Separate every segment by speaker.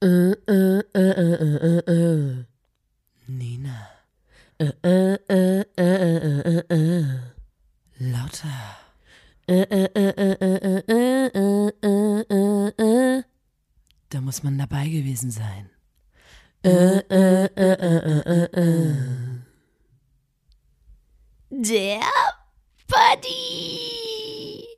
Speaker 1: Äh, äh, äh, äh, äh, äh.
Speaker 2: Nina,
Speaker 1: Äh, äh, äh, äh, äh, äh, äh.
Speaker 2: Lotta,
Speaker 1: Äh, äh, äh, äh, äh, äh, äh, äh, äh, äh.
Speaker 2: da muss man dabei gewesen sein.
Speaker 1: Äh, äh, äh, äh, äh, äh, äh.
Speaker 3: Der Buddy.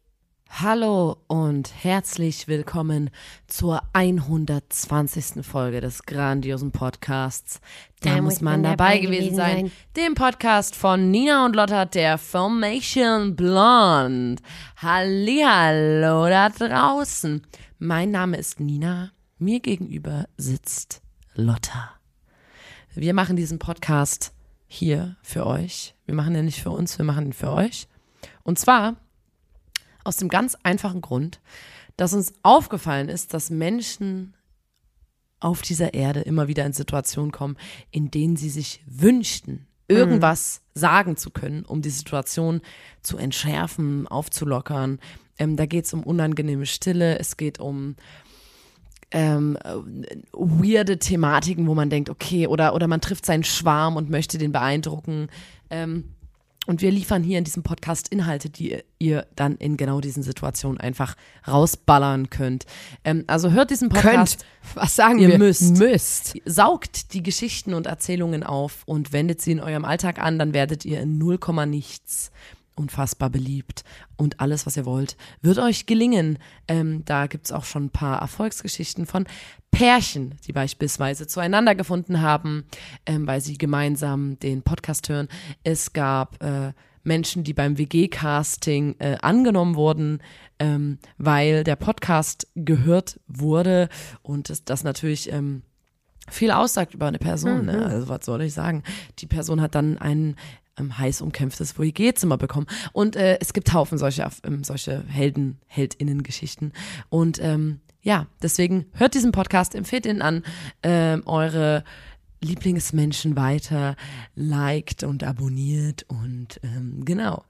Speaker 2: Hallo und herzlich willkommen zur 120. Folge des grandiosen Podcasts. Da, muss, man dabei gewesen sein. Dem Podcast von Nina und Lotta der Formation Blonde. Hallihallo da draußen. Mein Name ist Nina. Mir gegenüber sitzt Lotta. Wir machen diesen Podcast hier für euch. Wir machen ihn nicht für uns, wir machen ihn für euch. Und zwar aus dem ganz einfachen Grund, dass uns aufgefallen ist, dass Menschen auf dieser Erde immer wieder in Situationen kommen, in denen sie sich wünschten, irgendwas sagen zu können, um die Situation zu entschärfen, aufzulockern. Ähm, da geht es um unangenehme Stille, es geht um ähm, äh, weirde Thematiken, wo man denkt, okay, oder, oder man trifft seinen Schwarm und möchte den beeindrucken. Ähm, und wir liefern hier in diesem Podcast Inhalte, die ihr- ihr dann in genau diesen Situationen einfach rausballern könnt. Ähm, also hört diesen Podcast.
Speaker 4: Könnt. Was sagen
Speaker 2: Ihr
Speaker 4: wir?
Speaker 2: müsst.
Speaker 4: Müsst.
Speaker 2: Saugt die Geschichten und Erzählungen auf und wendet sie in eurem Alltag an, dann werdet ihr in 0, nichts unfassbar beliebt. Und alles, was ihr wollt, wird euch gelingen. Ähm, da gibt's auch schon ein paar Erfolgsgeschichten von Pärchen, die beispielsweise zueinander gefunden haben, ähm, weil sie gemeinsam den Podcast hören. Es gab äh, Menschen, die beim WG-Casting äh, angenommen wurden, ähm, weil der Podcast gehört wurde und das, das natürlich ähm, viel aussagt über eine Person.
Speaker 4: Mhm.
Speaker 2: Ne? Also was soll ich sagen? Die Person hat dann ein ähm, heiß umkämpftes WG-Zimmer bekommen. Und äh, es gibt Haufen solche, Aff- ähm, solche Helden, Heldinnen-Geschichten. Und ähm, ja, deswegen hört diesen Podcast, empfehlt ihn an, ähm, eure Lieblingsmenschen weiter, liked und abonniert und ähm, genau.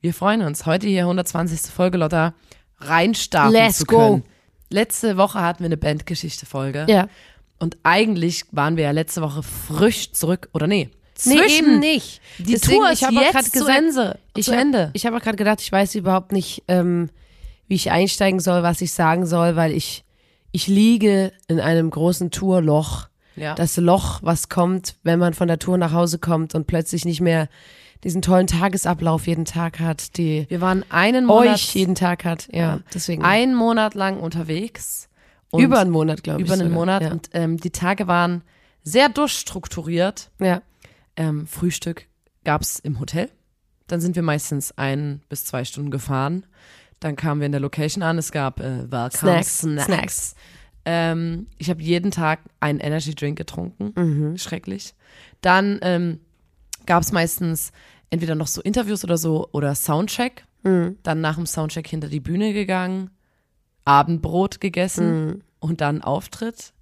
Speaker 2: Wir freuen uns. Heute hier 120. Folge, Lotta, reinstarten
Speaker 4: Let's
Speaker 2: zu
Speaker 4: go.
Speaker 2: können. Letzte Woche hatten wir eine Bandgeschichte-Folge.
Speaker 4: Ja.
Speaker 2: Und eigentlich waren wir ja letzte Woche frisch zurück, oder nee?
Speaker 4: Nee,
Speaker 2: Zwischen
Speaker 4: eben nicht.
Speaker 2: Die Tour ist
Speaker 4: ich hab auch grad
Speaker 2: jetzt zu
Speaker 4: gesagt,
Speaker 2: Ende.
Speaker 4: Ich
Speaker 2: zu
Speaker 4: hab-
Speaker 2: Ende.
Speaker 4: Ich habe auch gerade gedacht, ich weiß überhaupt nicht, ähm, wie ich einsteigen soll, was ich sagen soll, weil ich, ich liege in einem großen Tourloch.
Speaker 2: ja.
Speaker 4: Das Loch, was kommt, wenn man von der Tour nach Hause kommt und plötzlich nicht mehr diesen tollen Tagesablauf jeden Tag hat, die
Speaker 2: wir waren einen Monat,
Speaker 4: euch jeden Tag hat. Ja, deswegen.
Speaker 2: einen Monat lang unterwegs. Und
Speaker 4: über einen Monat, glaube ich.
Speaker 2: über einen
Speaker 4: sogar.
Speaker 2: Monat.
Speaker 4: Ja.
Speaker 2: Und ähm, die Tage waren sehr durchstrukturiert.
Speaker 4: ja.
Speaker 2: Ähm, Frühstück gab's im Hotel. Dann sind wir meistens ein bis zwei Stunden gefahren. Dann kamen wir in der Location an. Es gab äh, Welcome
Speaker 4: Snacks,
Speaker 2: Snacks.
Speaker 4: Snacks.
Speaker 2: Ähm, ich habe jeden Tag einen Energy Drink getrunken.
Speaker 4: Mhm.
Speaker 2: Schrecklich. Dann ähm, gab's meistens entweder noch so Interviews oder so oder Soundcheck.
Speaker 4: Hm.
Speaker 2: Dann nach dem Soundcheck hinter die Bühne gegangen, Abendbrot gegessen
Speaker 4: Hm.
Speaker 2: und dann Auftritt.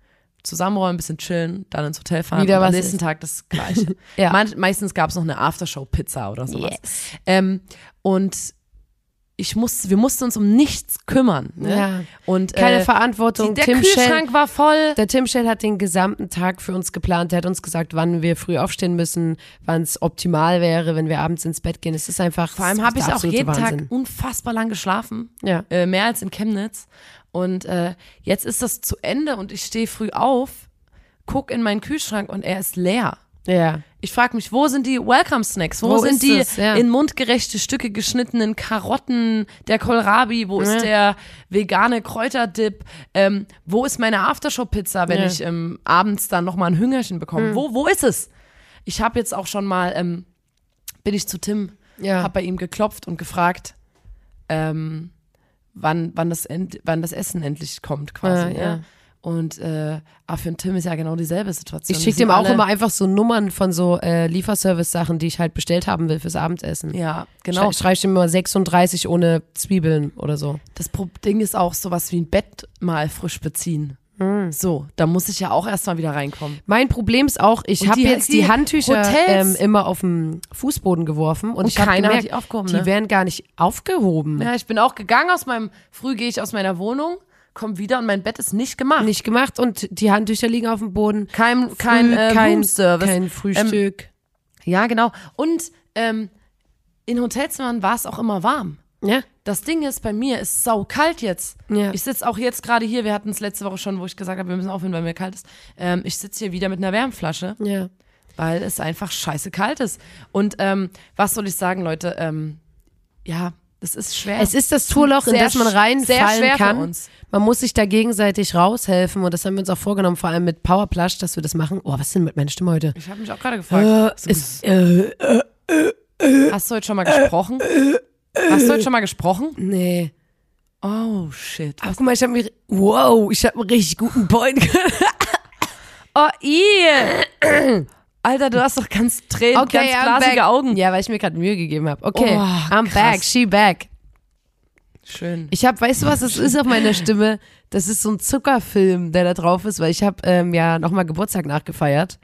Speaker 2: Zusammenräumen, ein bisschen chillen, dann ins Hotel fahren
Speaker 4: Wieder
Speaker 2: und am
Speaker 4: was
Speaker 2: nächsten
Speaker 4: essen.
Speaker 2: Tag das Gleiche.
Speaker 4: Ja.
Speaker 2: Man, meistens gab es noch eine Aftershow-Pizza oder sowas.
Speaker 3: Yes.
Speaker 2: Ähm, und ich musste, wir mussten uns um nichts kümmern. Ne?
Speaker 4: Ja.
Speaker 2: Und,
Speaker 4: Keine
Speaker 2: äh,
Speaker 4: Verantwortung.
Speaker 2: die, der
Speaker 4: Tim Schell-
Speaker 2: Kühlschrank war voll.
Speaker 4: Der Tim Schell hat den gesamten Tag für uns geplant. Der hat uns gesagt, wann wir früh aufstehen müssen, wann es optimal wäre, wenn wir abends ins Bett gehen. Es ist einfach.
Speaker 2: Vor allem
Speaker 4: es ist
Speaker 2: habe ich
Speaker 4: der
Speaker 2: auch
Speaker 4: absolute
Speaker 2: jeden Tag
Speaker 4: Wahnsinn.
Speaker 2: unfassbar lang geschlafen.
Speaker 4: Ja.
Speaker 2: Äh, mehr als in Chemnitz. Und äh, jetzt ist das zu Ende und ich stehe früh auf, guck in meinen Kühlschrank und er ist leer.
Speaker 4: Ja.
Speaker 2: Ich frage mich, wo sind die Welcome Snacks? Wo,
Speaker 4: Wo
Speaker 2: sind
Speaker 4: ist
Speaker 2: die
Speaker 4: es? Ja.
Speaker 2: in mundgerechte Stücke geschnittenen Karotten, der Kohlrabi? Wo ist der vegane Kräuterdip? Ähm, wo ist meine Aftershow-Pizza, wenn
Speaker 4: Ja. Hm.
Speaker 2: ich ähm, abends dann nochmal ein Hüngerchen bekomme? Wo, wo ist es? Ich habe jetzt auch schon mal, ähm, bin ich zu Tim,
Speaker 4: Ja.
Speaker 2: habe bei ihm geklopft und gefragt, ähm, wann, wann, das end, wann das Essen endlich kommt quasi.
Speaker 4: Ja,
Speaker 2: ne?
Speaker 4: ja.
Speaker 2: Und äh, ah, für den Tim ist ja genau dieselbe Situation.
Speaker 4: Ich
Speaker 2: Die
Speaker 4: schicke
Speaker 2: sind
Speaker 4: dem auch
Speaker 2: alle-
Speaker 4: immer einfach so Nummern von so äh, Lieferservice-Sachen, die ich halt bestellt haben will fürs Abendessen.
Speaker 2: Ja, genau.
Speaker 4: Schrei- Schreibe ich dem immer 36 ohne Zwiebeln oder so.
Speaker 2: Das Pro- Ding ist auch sowas wie ein Bett mal frisch beziehen.
Speaker 4: Hm.
Speaker 2: So, da muss ich ja auch erstmal wieder reinkommen.
Speaker 4: Mein Problem ist auch, ich
Speaker 2: Und
Speaker 4: habe
Speaker 2: die-
Speaker 4: jetzt
Speaker 2: die
Speaker 4: die Handtücher
Speaker 2: Hotels-
Speaker 4: ähm, immer auf den Fußboden geworfen und,
Speaker 2: Und
Speaker 4: ich habe
Speaker 2: keiner hat
Speaker 4: gemerkt,
Speaker 2: die aufgehoben,
Speaker 4: die
Speaker 2: ne?
Speaker 4: werden gar nicht aufgehoben.
Speaker 2: Ja, ich bin auch gegangen aus meinem, früh gehe ich aus meiner Wohnung, komm wieder und mein Bett ist nicht gemacht.
Speaker 4: Nicht gemacht und die Handtücher liegen auf dem Boden.
Speaker 2: Kein, kein, äh,
Speaker 4: kein,
Speaker 2: Roomservice.
Speaker 4: kein Frühstück.
Speaker 2: Ja, genau. Und ähm, in Hotelzimmern war es auch immer warm.
Speaker 4: Ähm, ja?
Speaker 2: Das Ding ist, bei mir ist sau kalt jetzt.
Speaker 4: Ja.
Speaker 2: Ich sitze auch jetzt gerade hier, wir hatten es letzte Woche schon, wo ich gesagt habe, wir müssen aufhören, weil mir kalt ist. Ähm, ich sitze hier wieder mit einer Wärmflasche,
Speaker 4: Ja.
Speaker 2: weil es einfach scheiße kalt ist. Und ähm, was soll ich sagen, Leute? Ähm, ja, das ist schwer.
Speaker 4: Es ist das Tourloch, in
Speaker 2: Sehr
Speaker 4: das man
Speaker 2: sch-
Speaker 4: reinfallen
Speaker 2: sehr schwer für
Speaker 4: kann.
Speaker 2: uns.
Speaker 4: Man muss sich da gegenseitig raushelfen und das haben wir uns auch vorgenommen, vor allem mit Powerplush, dass wir das machen. Oh, was ist denn mit meiner Stimme heute?
Speaker 2: ich habe mich auch gerade gefragt,
Speaker 4: Äh, ist, äh,
Speaker 2: hast du heute schon mal gesprochen? Hast du heute schon mal gesprochen?
Speaker 4: nee.
Speaker 2: Oh, shit.
Speaker 4: Ach, guck mal, ich habe mir. Wow, ich habe einen richtig guten Point.
Speaker 2: Oh, ihr. Alter, du hast doch ganz Tränen, ganz glasige Augen.
Speaker 4: Ja, weil ich mir gerade Mühe gegeben habe. Okay,
Speaker 2: Oh,
Speaker 4: I'm
Speaker 2: krass.
Speaker 4: back, she back.
Speaker 2: Schön.
Speaker 4: Ich habe, weißt du was, das ist auf meiner Stimme. Das ist so ein Zuckerfilm, der da drauf ist, weil ich habe ähm, ja nochmal Geburtstag nachgefeiert.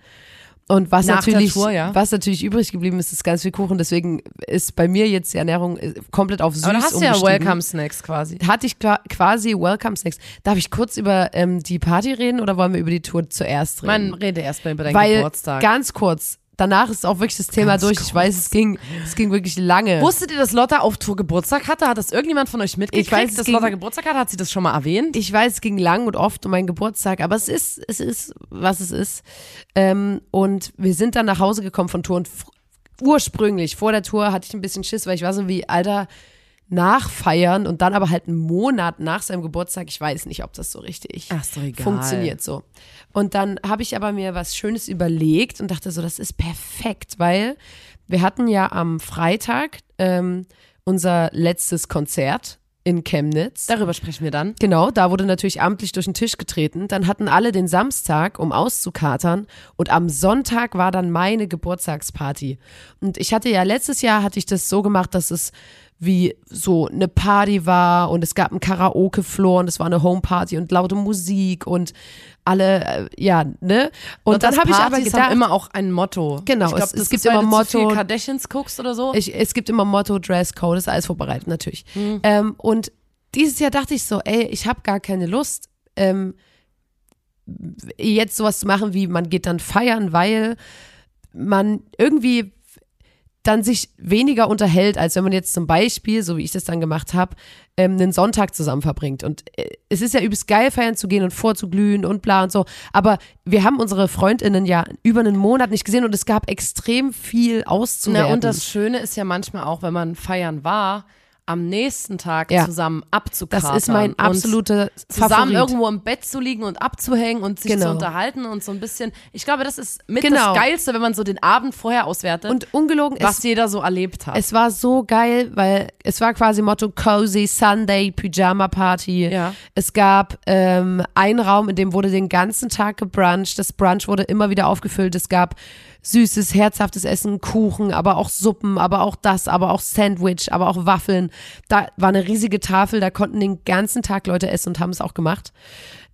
Speaker 4: Und was
Speaker 2: Nach der
Speaker 4: natürlich,
Speaker 2: Tour, ja.
Speaker 4: was natürlich übrig geblieben ist, ist ganz viel Kuchen. Deswegen ist bei mir jetzt die Ernährung äh, komplett auf süß
Speaker 2: Aber da hast du ja
Speaker 4: umgestiegen.
Speaker 2: Welcome Snacks quasi.
Speaker 4: Hatte ich qua- quasi Welcome Snacks. Darf ich kurz über ähm, die Party reden oder wollen wir über die Tour zuerst reden?
Speaker 2: Man rede erst mal über deinen
Speaker 4: weil
Speaker 2: Geburtstag.
Speaker 4: ganz kurz. Danach ist auch wirklich das Thema
Speaker 2: Ganz
Speaker 4: durch. Ich weiß, es ging, es ging wirklich lange.
Speaker 2: Wusstet ihr, dass Lotta auf Tour Geburtstag hatte? Hat das irgendjemand von euch mitgekriegt,
Speaker 4: Ich weiß, es
Speaker 2: dass
Speaker 4: ging-
Speaker 2: Lotta Geburtstag hatte? Hat sie das schon mal erwähnt?
Speaker 4: ich weiß, es ging lang und oft um meinen Geburtstag, aber es ist, es ist, was es ist. Ähm, und wir sind dann nach Hause gekommen von Tour und fr- ursprünglich vor der Tour hatte ich ein bisschen Schiss, weil ich war so wie, Alter, nachfeiern und dann aber halt einen Monat nach seinem Geburtstag. Ich weiß nicht, ob das so richtig
Speaker 2: Ach, ist doch egal.
Speaker 4: funktioniert so. Und dann habe ich aber mir was Schönes überlegt und dachte so, das ist perfekt, weil wir hatten ja am Freitag ähm, unser letztes Konzert in Chemnitz.
Speaker 2: Darüber sprechen wir dann.
Speaker 4: Genau, da wurde natürlich amtlich durch den Tisch getreten. Dann hatten alle den Samstag, um auszukatern. Und am Sonntag war dann meine Geburtstagsparty. Und ich hatte ja letztes Jahr, hatte ich das so gemacht, dass es wie so eine Party war und es gab einen Karaoke-Floor und es war eine Homeparty und laute Musik und alle, äh, ja, ne? Und dann
Speaker 2: Lottas
Speaker 4: habe ich aber
Speaker 2: Partys
Speaker 4: gedacht,
Speaker 2: haben immer auch ein Motto.
Speaker 4: Genau,
Speaker 2: ich glaub,
Speaker 4: es-
Speaker 2: das
Speaker 4: es gibt
Speaker 2: ist, weil
Speaker 4: immer
Speaker 2: du zu viel
Speaker 4: Motto. Äh,
Speaker 2: Kardashians guckst oder so.
Speaker 4: ich, es gibt immer Motto, Dress, Code, ist alles vorbereitet, natürlich.
Speaker 2: Mhm.
Speaker 4: Ähm, und dieses Jahr dachte ich so, ey, ich habe gar keine Lust, ähm, jetzt sowas zu machen, wie man geht dann feiern, weil man irgendwie dann sich weniger unterhält, als wenn man jetzt zum Beispiel, so wie ich das dann gemacht habe, ähm, einen Sonntag zusammen verbringt. Und äh, es ist ja übelst geil, feiern zu gehen und vorzuglühen und bla und so. Aber wir haben unsere Freundinnen ja über einen Monat nicht gesehen und es gab extrem viel auszuwerten.
Speaker 2: Na, und das Schöne ist ja manchmal auch, wenn man feiern war, am nächsten Tag
Speaker 4: Ja.
Speaker 2: zusammen abzukratern.
Speaker 4: Das ist mein
Speaker 2: und
Speaker 4: absoluter
Speaker 2: zusammen
Speaker 4: Favorit.
Speaker 2: irgendwo im Bett zu liegen und abzuhängen und sich zu
Speaker 4: Genau.
Speaker 2: unterhalten und so ein bisschen. Ich glaube, das ist mit
Speaker 4: Genau.
Speaker 2: das Geilste, wenn man so den Abend vorher auswertet,
Speaker 4: und ungelogen,
Speaker 2: was
Speaker 4: es,
Speaker 2: jeder so erlebt hat.
Speaker 4: es war so geil, weil es war quasi Motto Cozy Sunday Pyjama Party.
Speaker 2: Ja.
Speaker 4: Es gab ähm, einen Raum, in dem wurde den ganzen Tag gebruncht. Das Brunch wurde immer wieder aufgefüllt. Es gab süßes, herzhaftes Essen, Kuchen, aber auch Suppen, aber auch das, aber auch Sandwich, aber auch Waffeln. Da war eine riesige Tafel, da konnten den ganzen Tag Leute essen und haben es auch gemacht.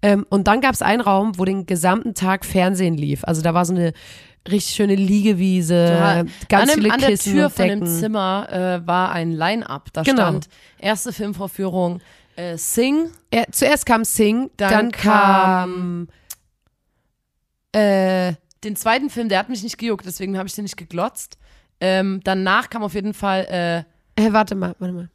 Speaker 4: Ähm, und dann gab es einen Raum, wo den gesamten Tag Fernsehen lief. Also da war so eine richtig schöne Liegewiese,
Speaker 2: Total.
Speaker 4: Äh, ganz
Speaker 2: an dem,
Speaker 4: viele
Speaker 2: an der
Speaker 4: Kissen
Speaker 2: Tür
Speaker 4: und
Speaker 2: von dem
Speaker 4: Decken.
Speaker 2: Zimmer äh, war ein Line-Up. Da
Speaker 4: Genau.
Speaker 2: stand erste Filmvorführung äh, Sing,
Speaker 4: Ja, zuerst kam Sing, dann,
Speaker 2: Dann
Speaker 4: kam, äh,
Speaker 2: den zweiten Film, der hat mich nicht gejuckt, deswegen habe ich den nicht geglotzt. Ähm, danach kam auf jeden Fall äh,
Speaker 4: äh, warte mal, warte mal.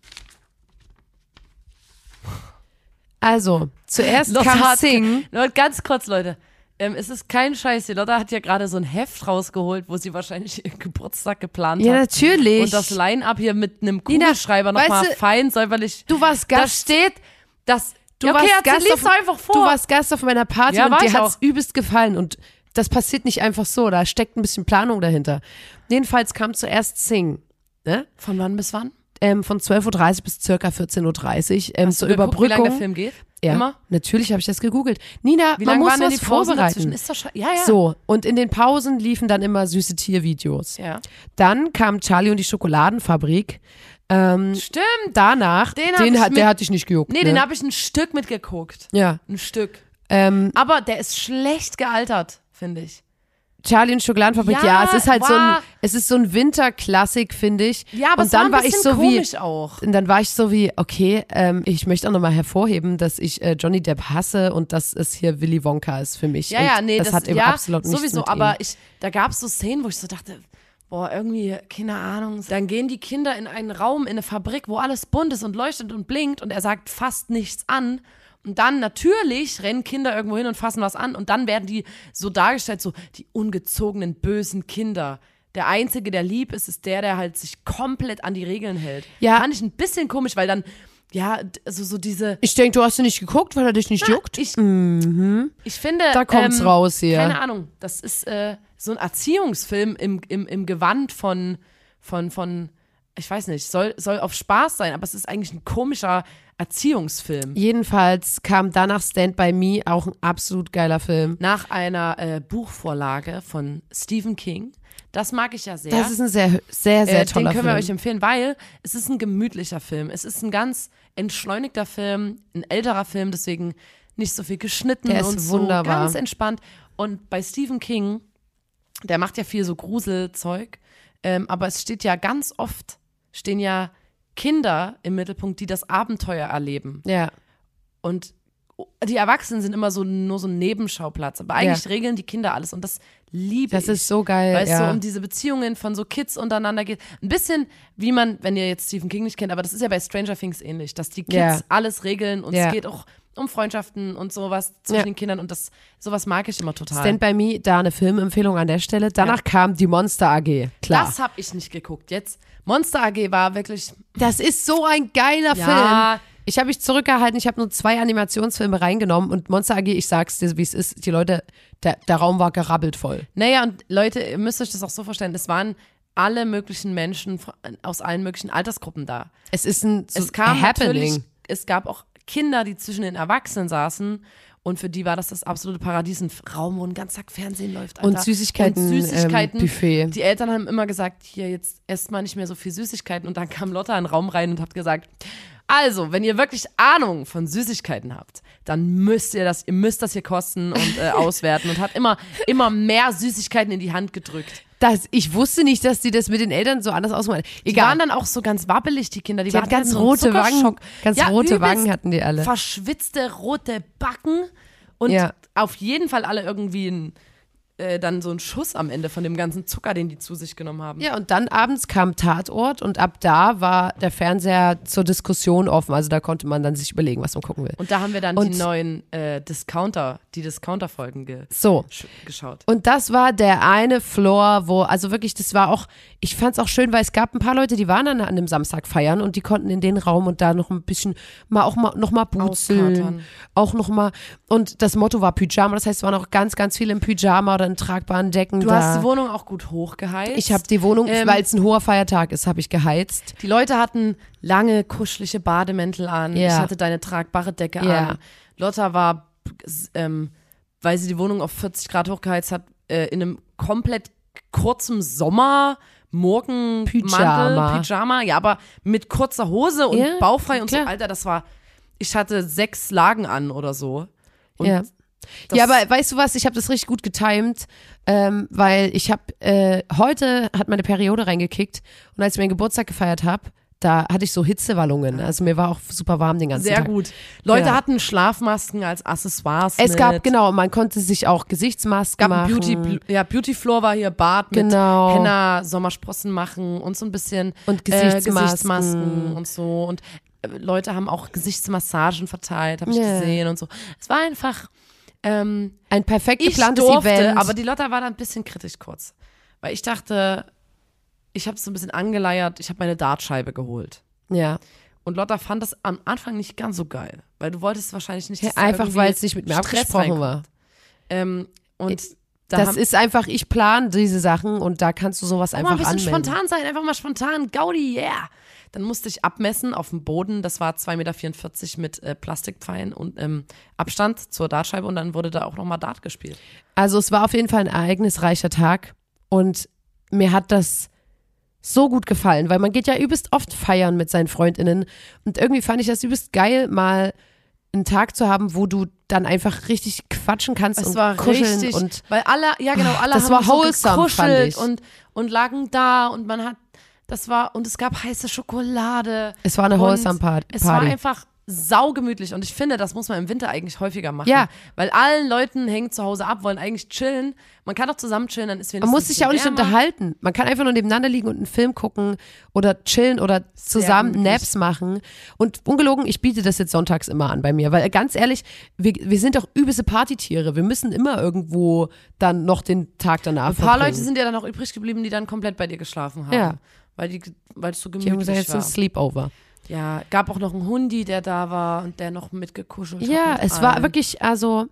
Speaker 4: Also, zuerst
Speaker 2: Lotta
Speaker 4: kam
Speaker 2: hat-
Speaker 4: Sing.
Speaker 2: Leute, ganz kurz, Leute. Ähm, es ist kein Scheiß. Die Lotta hat ja gerade so ein Heft rausgeholt, wo sie wahrscheinlich ihren Geburtstag geplant
Speaker 4: Ja,
Speaker 2: hat.
Speaker 4: natürlich.
Speaker 2: Und das Line-Up hier mit einem
Speaker 4: Nina,
Speaker 2: Kugelschreiber nochmal
Speaker 4: weißt du,
Speaker 2: fein säuberlich.
Speaker 4: du warst
Speaker 2: da
Speaker 4: Gast.
Speaker 2: steht, dass.
Speaker 4: Du
Speaker 2: ja, okay,
Speaker 4: warst
Speaker 2: erzähl,
Speaker 4: Gast
Speaker 2: lies
Speaker 4: auf-
Speaker 2: doch einfach vor.
Speaker 4: Du warst Gast auf meiner Party
Speaker 2: Ja,
Speaker 4: und
Speaker 2: war
Speaker 4: dir
Speaker 2: ich
Speaker 4: hat's
Speaker 2: auch.
Speaker 4: übelst gefallen. Und das passiert nicht einfach so. Da steckt ein bisschen Planung dahinter. Jedenfalls kam zuerst Sing. Ne?
Speaker 2: Von wann bis wann?
Speaker 4: Ähm, von 12.30 Uhr bis circa 14.30 Uhr ähm,
Speaker 2: Hast du
Speaker 4: zur
Speaker 2: geguckt, Wie lange der
Speaker 4: Überbrückung.
Speaker 2: Film geht?
Speaker 4: ja,
Speaker 2: Immer?
Speaker 4: natürlich habe ich das gegoogelt. Nina,
Speaker 2: Wie
Speaker 4: man
Speaker 2: lange
Speaker 4: muss
Speaker 2: waren denn
Speaker 4: was
Speaker 2: die Pausen dazwischen?
Speaker 4: vorbereiten.
Speaker 2: Ist doch schon, ja, ja.
Speaker 4: So, und in den Pausen liefen dann immer süße Tiervideos.
Speaker 2: Ja.
Speaker 4: Dann kam Charlie und die Schokoladenfabrik. Ähm,
Speaker 2: Stimmt.
Speaker 4: danach,
Speaker 2: Den
Speaker 4: den,
Speaker 2: hab ich
Speaker 4: hat,
Speaker 2: mit-
Speaker 4: der hatte ich nicht gejuckt.
Speaker 2: Nee,
Speaker 4: ne?
Speaker 2: den habe ich ein Stück mitgeguckt.
Speaker 4: Ja.
Speaker 2: Ein Stück.
Speaker 4: Ähm,
Speaker 2: Aber der ist schlecht gealtert, finde ich.
Speaker 4: Charlie und Schokoladenfabrik,
Speaker 2: Ja,
Speaker 4: ja, es ist halt so ein,
Speaker 2: war-
Speaker 4: es ist so ein Winterklassik, finde ich.
Speaker 2: Ja, aber
Speaker 4: und
Speaker 2: es
Speaker 4: dann
Speaker 2: war
Speaker 4: war
Speaker 2: ein
Speaker 4: ich
Speaker 2: bisschen
Speaker 4: so
Speaker 2: komisch
Speaker 4: wie,
Speaker 2: auch.
Speaker 4: und dann war ich so wie, okay, ähm, ich möchte auch nochmal hervorheben, dass ich äh, Johnny Depp hasse und dass es hier Willy Wonka ist für mich.
Speaker 2: Ja,
Speaker 4: und
Speaker 2: ja, nee,
Speaker 4: das,
Speaker 2: das
Speaker 4: hat eben
Speaker 2: ja,
Speaker 4: absolut nichts
Speaker 2: sowieso,
Speaker 4: mit
Speaker 2: aber
Speaker 4: ihm.
Speaker 2: ich da gab es so Szenen, wo ich so dachte, boah, irgendwie keine Ahnung. Dann gehen die Kinder in einen Raum in eine Fabrik, wo alles bunt ist und leuchtet und blinkt und er sagt fast nichts an. Und dann natürlich rennen Kinder irgendwo hin und fassen was an und dann werden die so dargestellt, so die ungezogenen bösen Kinder. Der einzige, der lieb ist, ist der, der halt sich komplett an die Regeln hält.
Speaker 4: Ja.
Speaker 2: fand ich ein bisschen komisch, weil dann ja, d- also so diese
Speaker 4: Ich denke, du hast ihn nicht geguckt, weil er dich nicht juckt.
Speaker 2: ich, ich finde. ähm,
Speaker 4: Da kommt's raus hier.
Speaker 2: Keine Ahnung. Das ist äh, so ein Erziehungsfilm im, im, im Gewand von, von, von, ich weiß nicht, soll, soll auf Spaß sein, aber es ist eigentlich ein komischer Erziehungsfilm.
Speaker 4: Jedenfalls kam danach Stand By Me, auch ein absolut geiler Film.
Speaker 2: Nach einer äh, Buchvorlage von Stephen King. Das mag ich ja sehr.
Speaker 4: Das ist ein sehr, sehr, sehr
Speaker 2: äh,
Speaker 4: toller
Speaker 2: Den können wir
Speaker 4: Film.
Speaker 2: euch empfehlen, weil es ist ein gemütlicher Film. Es ist ein ganz entschleunigter Film, ein älterer Film, deswegen nicht so viel geschnitten
Speaker 4: Der ist
Speaker 2: und
Speaker 4: wunderbar.
Speaker 2: so ganz entspannt. Und bei Stephen King, der macht ja viel so Gruselzeug, ähm, aber es steht ja ganz oft, stehen ja Kinder im Mittelpunkt, die das Abenteuer erleben.
Speaker 4: ja.
Speaker 2: Und die Erwachsenen sind immer so nur so ein Nebenschauplatz, aber eigentlich regeln die Kinder alles und das liebe
Speaker 4: Das
Speaker 2: ich.
Speaker 4: ist so geil.
Speaker 2: Weil es
Speaker 4: Äh, ja.
Speaker 2: so um diese Beziehungen von so Kids untereinander geht. Ein bisschen wie man, wenn ihr jetzt Stephen King nicht kennt, aber das ist ja bei Stranger Things ähnlich, dass die Kids
Speaker 4: Ja.
Speaker 2: alles regeln und
Speaker 4: Ja.
Speaker 2: es geht auch um Freundschaften und sowas zwischen
Speaker 4: Ja.
Speaker 2: den Kindern und das sowas mag ich immer total.
Speaker 4: Stand By Me, da eine Filmempfehlung an der Stelle. Danach kam die Monster AG. Klar.
Speaker 2: das habe ich nicht geguckt. Jetzt Monster AG war wirklich
Speaker 4: Das ist so ein geiler
Speaker 2: Ja.
Speaker 4: Film. Ich habe mich zurückgehalten, ich habe nur zwei Animationsfilme reingenommen und Monster AG, ich sag's dir, wie es ist, die Leute, der, der Raum war gerabbelt voll.
Speaker 2: Naja, und Leute, ihr müsst euch das auch so vorstellen, es waren alle möglichen Menschen von- aus allen möglichen Altersgruppen da.
Speaker 4: Es ist ein so
Speaker 2: es kam
Speaker 4: a happening.
Speaker 2: natürlich, es gab auch Kinder, die zwischen den Erwachsenen saßen und für die war das das absolute Paradies, ein Raum, wo ein ganzer Tag Fernsehen läuft. Alter.
Speaker 4: Und Süßigkeiten,
Speaker 2: Und Süßigkeiten.
Speaker 4: ähm, Buffet.
Speaker 2: Die Eltern haben immer gesagt, hier jetzt esst mal nicht mehr so viel Süßigkeiten und dann kam Lotta in den Raum rein und hat gesagt, also, wenn ihr wirklich Ahnung von Süßigkeiten habt, dann müsst ihr das, ihr müsst das hier kosten und äh, auswerten und hat immer, immer mehr Süßigkeiten in die Hand gedrückt.
Speaker 4: Das, ich wusste nicht, dass die das mit den Eltern so anders ausmalen.
Speaker 2: Die
Speaker 4: Egal.
Speaker 2: waren dann auch so ganz wabbelig, die Kinder. Die,
Speaker 4: Die hatten
Speaker 2: waren
Speaker 4: ganz
Speaker 2: so einen
Speaker 4: rote Wangen.
Speaker 2: Zuckerschock.
Speaker 4: Ganz rote
Speaker 2: übelst
Speaker 4: Wangen hatten die alle.
Speaker 2: Verschwitzte rote Backen und
Speaker 4: Ja.
Speaker 2: auf jeden Fall alle irgendwie ein, äh, dann so einen Schuss am Ende von dem ganzen Zucker, den die zu sich genommen haben.
Speaker 4: ja, und dann abends kam Tatort und ab da war der Fernseher zur Diskussion offen. Also da konnte man dann sich überlegen, was man gucken will.
Speaker 2: Und da haben wir dann
Speaker 4: Und-
Speaker 2: die neuen äh, Discounter, die Discounter-Folgen ge
Speaker 4: So.
Speaker 2: sch- geschaut.
Speaker 4: Und das war der eine Floor, wo, also wirklich, das war auch, ich fand's auch schön, weil es gab ein paar Leute, die waren dann an dem Samstag feiern und die konnten in den Raum und da noch ein bisschen mal auch mal noch mal buzeln,
Speaker 2: Auskatern.
Speaker 4: auch noch mal und das Motto war Pyjama, das heißt, es waren auch ganz ganz viele im Pyjama oder in tragbaren Decken
Speaker 2: Du
Speaker 4: da.
Speaker 2: hast die Wohnung auch gut hochgeheizt.
Speaker 4: ich habe die Wohnung,
Speaker 2: Ähm,
Speaker 4: weil es ein hoher Feiertag ist, habe ich geheizt.
Speaker 2: Die Leute hatten lange, kuschelige Bademäntel an.
Speaker 4: Ja.
Speaker 2: Ich hatte deine tragbare Decke
Speaker 4: Ja.
Speaker 2: an. Lotta war, s- ähm, weil sie die Wohnung auf 40 Grad hochgeheizt hat, äh, in einem komplett kurzen Sommer. Morgen
Speaker 4: Pyjama.
Speaker 2: Pyjama, ja, aber mit kurzer Hose und
Speaker 4: Ja,
Speaker 2: bauchfrei und
Speaker 4: klar.
Speaker 2: so. Alter, das war, ich hatte sechs Lagen an oder so. Und
Speaker 4: ja.
Speaker 2: das-
Speaker 4: ja, aber weißt du was, ich habe das richtig gut getimt, ähm, weil ich habe, äh, heute hat meine Periode reingekickt und als ich meinen Geburtstag gefeiert habe, da hatte ich so Hitzewallungen. Also mir war auch super warm den ganzen
Speaker 2: Sehr
Speaker 4: Tag.
Speaker 2: gut. Leute
Speaker 4: also Ja.
Speaker 2: hatten Schlafmasken als Accessoires.
Speaker 4: Es
Speaker 2: mit.
Speaker 4: gab, genau, man konnte sich auch Gesichtsmasken
Speaker 2: gab
Speaker 4: machen.
Speaker 2: einen Beauty, ja, Beauty Floor war hier Bart
Speaker 4: Genau.
Speaker 2: mit Henna, Sommersprossen machen und so ein bisschen
Speaker 4: Und
Speaker 2: äh,
Speaker 4: Gesichtsmasken.
Speaker 2: Gesichtsmasken und so und äh, Leute haben auch Gesichtsmassagen verteilt, habe ich
Speaker 4: Ja.
Speaker 2: gesehen und so. Es war einfach ähm,
Speaker 4: Ein perfekt
Speaker 2: ich
Speaker 4: geplantes
Speaker 2: durfte,
Speaker 4: Event.
Speaker 2: aber die Lotta war da ein bisschen kritisch kurz, weil ich dachte, ich habe es so ein bisschen angeleiert, ich habe meine Dartscheibe geholt.
Speaker 4: ja.
Speaker 2: Und Lotta fand das am Anfang nicht ganz so geil, weil du wolltest wahrscheinlich nicht dass da
Speaker 4: Einfach
Speaker 2: irgendwie
Speaker 4: weil es nicht mit mir
Speaker 2: Stress
Speaker 4: abgesprochen
Speaker 2: reinkommt.
Speaker 4: war.
Speaker 2: Ähm, und da
Speaker 4: Das
Speaker 2: haben-
Speaker 4: ist einfach, ich plan diese Sachen und da kannst du sowas
Speaker 2: Einfach
Speaker 4: einfach
Speaker 2: mal ein bisschen
Speaker 4: anmelden.
Speaker 2: spontan sein, einfach mal spontan, Gaudi, yeah. Dann musste ich abmessen auf dem Boden, das war 2,44 Meter mit äh, Plastikpfeilen und ähm, Abstand zur Dartscheibe und dann wurde da auch nochmal Dart gespielt.
Speaker 4: Also es war auf jeden Fall ein ereignisreicher Tag und mir hat das so gut gefallen, weil man geht ja übelst oft feiern mit seinen Freundinnen und irgendwie fand ich das übelst geil, mal einen Tag zu haben, wo du dann einfach richtig quatschen kannst
Speaker 2: Es
Speaker 4: und
Speaker 2: war
Speaker 4: kuscheln
Speaker 2: richtig,
Speaker 4: und
Speaker 2: weil alle, ja genau, alle
Speaker 4: das
Speaker 2: haben
Speaker 4: war
Speaker 2: so
Speaker 4: wholesome,
Speaker 2: gekuschelt
Speaker 4: fand ich.
Speaker 2: und und lagen da und man hat, das war und es gab heiße Schokolade.
Speaker 4: es war eine
Speaker 2: Und
Speaker 4: wholesome Par- Party.
Speaker 2: Es war einfach saugemütlich und ich finde, das muss man im Winter eigentlich häufiger machen.
Speaker 4: Ja.
Speaker 2: Weil allen Leuten hängen zu Hause ab, wollen eigentlich chillen. Man kann auch zusammen chillen, dann ist wenigstens
Speaker 4: man muss sich ja auch nicht
Speaker 2: wärmer.
Speaker 4: unterhalten. Man kann einfach nur nebeneinander liegen und einen Film gucken oder chillen oder zusammen
Speaker 2: gemütlich.
Speaker 4: Naps machen. Und ungelogen, ich biete das jetzt sonntags immer an bei mir, weil ganz ehrlich, wir, wir sind doch übelste Partytiere. Wir müssen immer irgendwo dann noch den Tag danach
Speaker 2: Ein paar
Speaker 4: verbringen.
Speaker 2: Leute sind ja dann auch übrig geblieben, die dann komplett bei dir geschlafen haben.
Speaker 4: Ja.
Speaker 2: Weil die, weil es so
Speaker 4: die haben
Speaker 2: gemütlich
Speaker 4: gesagt, jetzt ist ein
Speaker 2: war.
Speaker 4: Sleepover.
Speaker 2: Ja, gab auch noch einen Hundi, der da war und der noch mitgekuschelt hat.
Speaker 4: Ja,
Speaker 2: mit
Speaker 4: es war
Speaker 2: allen.
Speaker 4: wirklich, also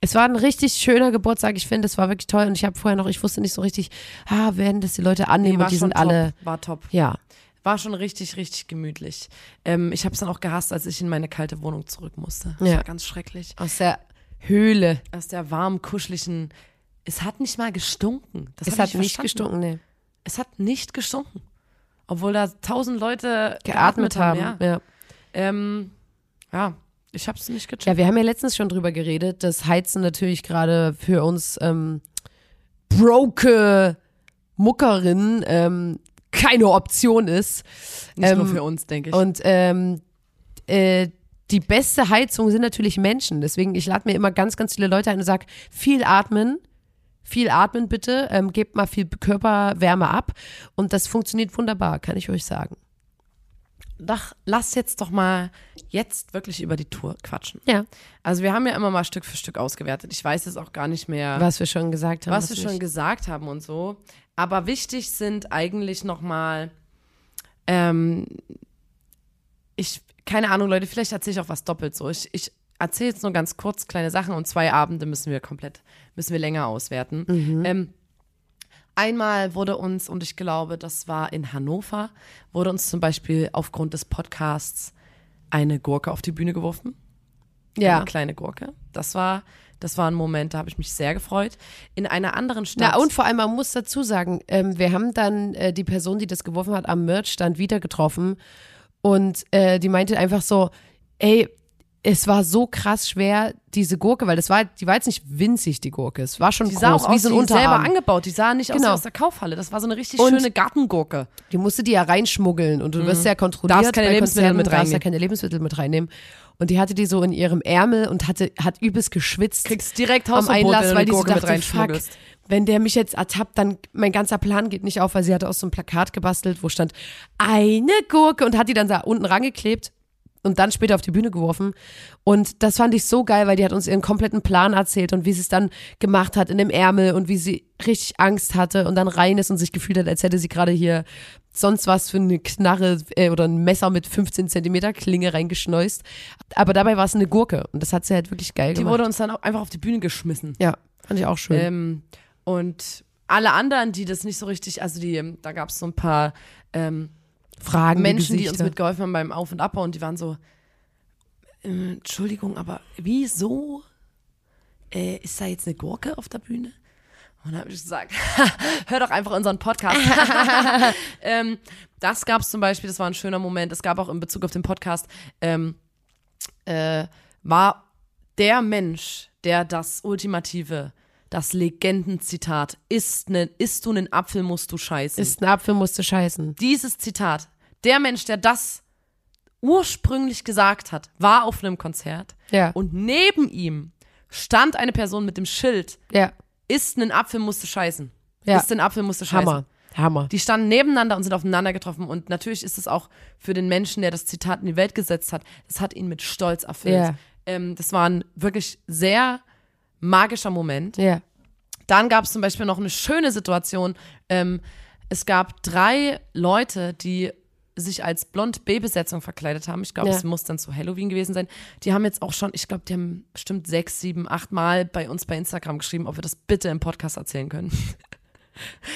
Speaker 4: es war ein richtig schöner Geburtstag. Ich finde, es war wirklich toll. Und ich habe vorher noch, ich wusste nicht so richtig, ah, werden das die Leute
Speaker 2: Nee,
Speaker 4: annehmen
Speaker 2: war
Speaker 4: und die
Speaker 2: schon
Speaker 4: sind
Speaker 2: top,
Speaker 4: alle,
Speaker 2: War top.
Speaker 4: ja.
Speaker 2: War schon richtig, richtig gemütlich. Ähm, ich habe es dann auch gehasst, als ich in meine kalte Wohnung zurück musste. Das
Speaker 4: Ja.
Speaker 2: war ganz schrecklich.
Speaker 4: Aus der Höhle.
Speaker 2: Aus der warm, kuscheligen. Es hat nicht mal gestunken. Das
Speaker 4: Es
Speaker 2: hab
Speaker 4: hat
Speaker 2: ich
Speaker 4: nicht
Speaker 2: verstanden.
Speaker 4: gestunken, nee.
Speaker 2: Es hat nicht gestunken. Obwohl da tausend Leute
Speaker 4: Geatmet haben,
Speaker 2: Ja,
Speaker 4: ja.
Speaker 2: ähm, ja ich habe es nicht gecheckt.
Speaker 4: Ja, wir haben ja letztens schon drüber geredet, dass Heizen natürlich gerade für uns ähm, broke Muckerin ähm, keine Option ist.
Speaker 2: nicht nur
Speaker 4: ähm,
Speaker 2: für uns, denke ich.
Speaker 4: Und ähm, äh, die beste Heizung sind natürlich Menschen. Deswegen, ich lade mir immer ganz, ganz viele Leute ein und sage, viel atmen. Viel atmen bitte, ähm, gebt mal viel Körperwärme ab und das funktioniert wunderbar, kann ich euch sagen.
Speaker 2: Doch, lass jetzt doch mal jetzt wirklich über die Tour quatschen.
Speaker 4: Ja.
Speaker 2: Also wir haben ja immer mal Stück für Stück ausgewertet. Ich weiß jetzt auch gar nicht mehr,
Speaker 4: Was wir schon gesagt haben.
Speaker 2: was wir schon
Speaker 4: nicht.
Speaker 2: gesagt haben und so. Aber wichtig sind eigentlich nochmal, ähm, ich, keine Ahnung, Leute, vielleicht erzähle ich auch was doppelt so. Ich, ich erzähle jetzt nur ganz kurz kleine Sachen und zwei Abende müssen wir komplett, müssen wir länger auswerten. Ähm, Einmal wurde uns, und ich glaube, das war in Hannover, wurde uns zum Beispiel aufgrund des Podcasts eine Gurke auf die Bühne geworfen
Speaker 4: ja.
Speaker 2: eine kleine Gurke. Das war, das war ein Moment, da habe ich mich sehr gefreut. In einer anderen Stadt.
Speaker 4: Na und vor allem, man muss dazu sagen, ähm, wir haben dann äh, die Person, die das geworfen hat, am Merchstand wieder getroffen und äh, die meinte einfach so, ey, es war so krass schwer, diese Gurke, weil das war, die war jetzt nicht winzig, die Gurke. Es war schon
Speaker 2: die
Speaker 4: groß,
Speaker 2: sah auch
Speaker 4: wie
Speaker 2: aus
Speaker 4: so ein
Speaker 2: wie selber
Speaker 4: Unterarm.
Speaker 2: angebaut. Die sah nicht aus wie
Speaker 4: Genau.
Speaker 2: aus der Kaufhalle. Das war so eine richtig
Speaker 4: Und-
Speaker 2: schöne Gartengurke.
Speaker 4: Die musste die ja reinschmuggeln und du wirst ja kontrolliert.
Speaker 2: Mhm. Darfst keine
Speaker 4: bei
Speaker 2: Lebensmittel
Speaker 4: Konzerten,
Speaker 2: mit
Speaker 4: Darfst ja
Speaker 2: reinnehmen.
Speaker 4: keine Lebensmittel mit reinnehmen. Und die hatte die so in ihrem Ärmel und hatte, hat übelst geschwitzt.
Speaker 2: Kriegst direkt
Speaker 4: am
Speaker 2: Hausverbot,
Speaker 4: Einlass,
Speaker 2: wenn du
Speaker 4: weil
Speaker 2: eine
Speaker 4: die so
Speaker 2: Gurke mit
Speaker 4: dachte, fuck,
Speaker 2: reinschmuggelst.
Speaker 4: wenn der mich jetzt ertappt, dann mein ganzer Plan geht nicht auf, weil sie hatte aus so einem Plakat gebastelt, wo stand eine Gurke und hat die dann da unten rangeklebt und dann später auf die Bühne geworfen. Und das fand ich so geil, weil die hat uns ihren kompletten Plan erzählt und wie sie es dann gemacht hat in dem Ärmel und wie sie richtig Angst hatte und dann rein ist und sich gefühlt hat, als hätte sie gerade hier sonst was für eine Knarre äh, oder ein Messer mit 15 Zentimeter Klinge reingeschneust. Aber dabei war es eine Gurke und das hat sie halt wirklich geil
Speaker 2: Die
Speaker 4: gemacht.
Speaker 2: wurde uns dann auch einfach auf die Bühne geschmissen.
Speaker 4: Ja, fand ich auch schön.
Speaker 2: Ähm, und alle anderen, die das nicht so richtig, also die, ähm, da gab es so ein paar ähm,
Speaker 4: Fragen
Speaker 2: Menschen, die uns
Speaker 4: Gesichter.
Speaker 2: mitgeholfen haben beim Auf- und Abbau und die waren so, äh, Entschuldigung, aber wieso äh, ist da jetzt eine Gurke auf der Bühne? Und dann habe ich gesagt, hör doch einfach unseren Podcast. ähm, das gab es zum Beispiel, das war ein schöner Moment. Es gab auch in Bezug auf den Podcast, ähm, äh, war der Mensch, der das ultimative, das Legendenzitat, isst, ne, isst du einen Apfel, musst du scheißen
Speaker 4: ist ein Apfel, musste scheißen.
Speaker 2: dieses Zitat, der Mensch, der das ursprünglich gesagt hat, war auf einem Konzert
Speaker 4: Ja.
Speaker 2: und neben ihm stand eine Person mit dem Schild,
Speaker 4: ja.
Speaker 2: isst einen Apfel, musste scheißen.
Speaker 4: Ja.
Speaker 2: Isst einen Apfel, musste scheißen.
Speaker 4: Hammer. Hammer.
Speaker 2: Die standen nebeneinander und sind aufeinander getroffen. Und natürlich ist es auch für den Menschen, der das Zitat in die Welt gesetzt hat, das hat ihn mit Stolz erfüllt.
Speaker 4: Ja.
Speaker 2: Ähm, das war ein wirklich sehr magischer Moment.
Speaker 4: ja.
Speaker 2: Dann gab es zum Beispiel noch eine schöne Situation. Ähm, es gab drei Leute, die sich als blond B-Besetzung verkleidet haben. Ich glaube,
Speaker 4: Ja.
Speaker 2: es muss dann zu Halloween gewesen sein. Die haben jetzt auch schon, ich glaube, die haben bestimmt sechs, sieben, acht Mal bei uns bei Instagram geschrieben, ob wir das bitte im Podcast erzählen können.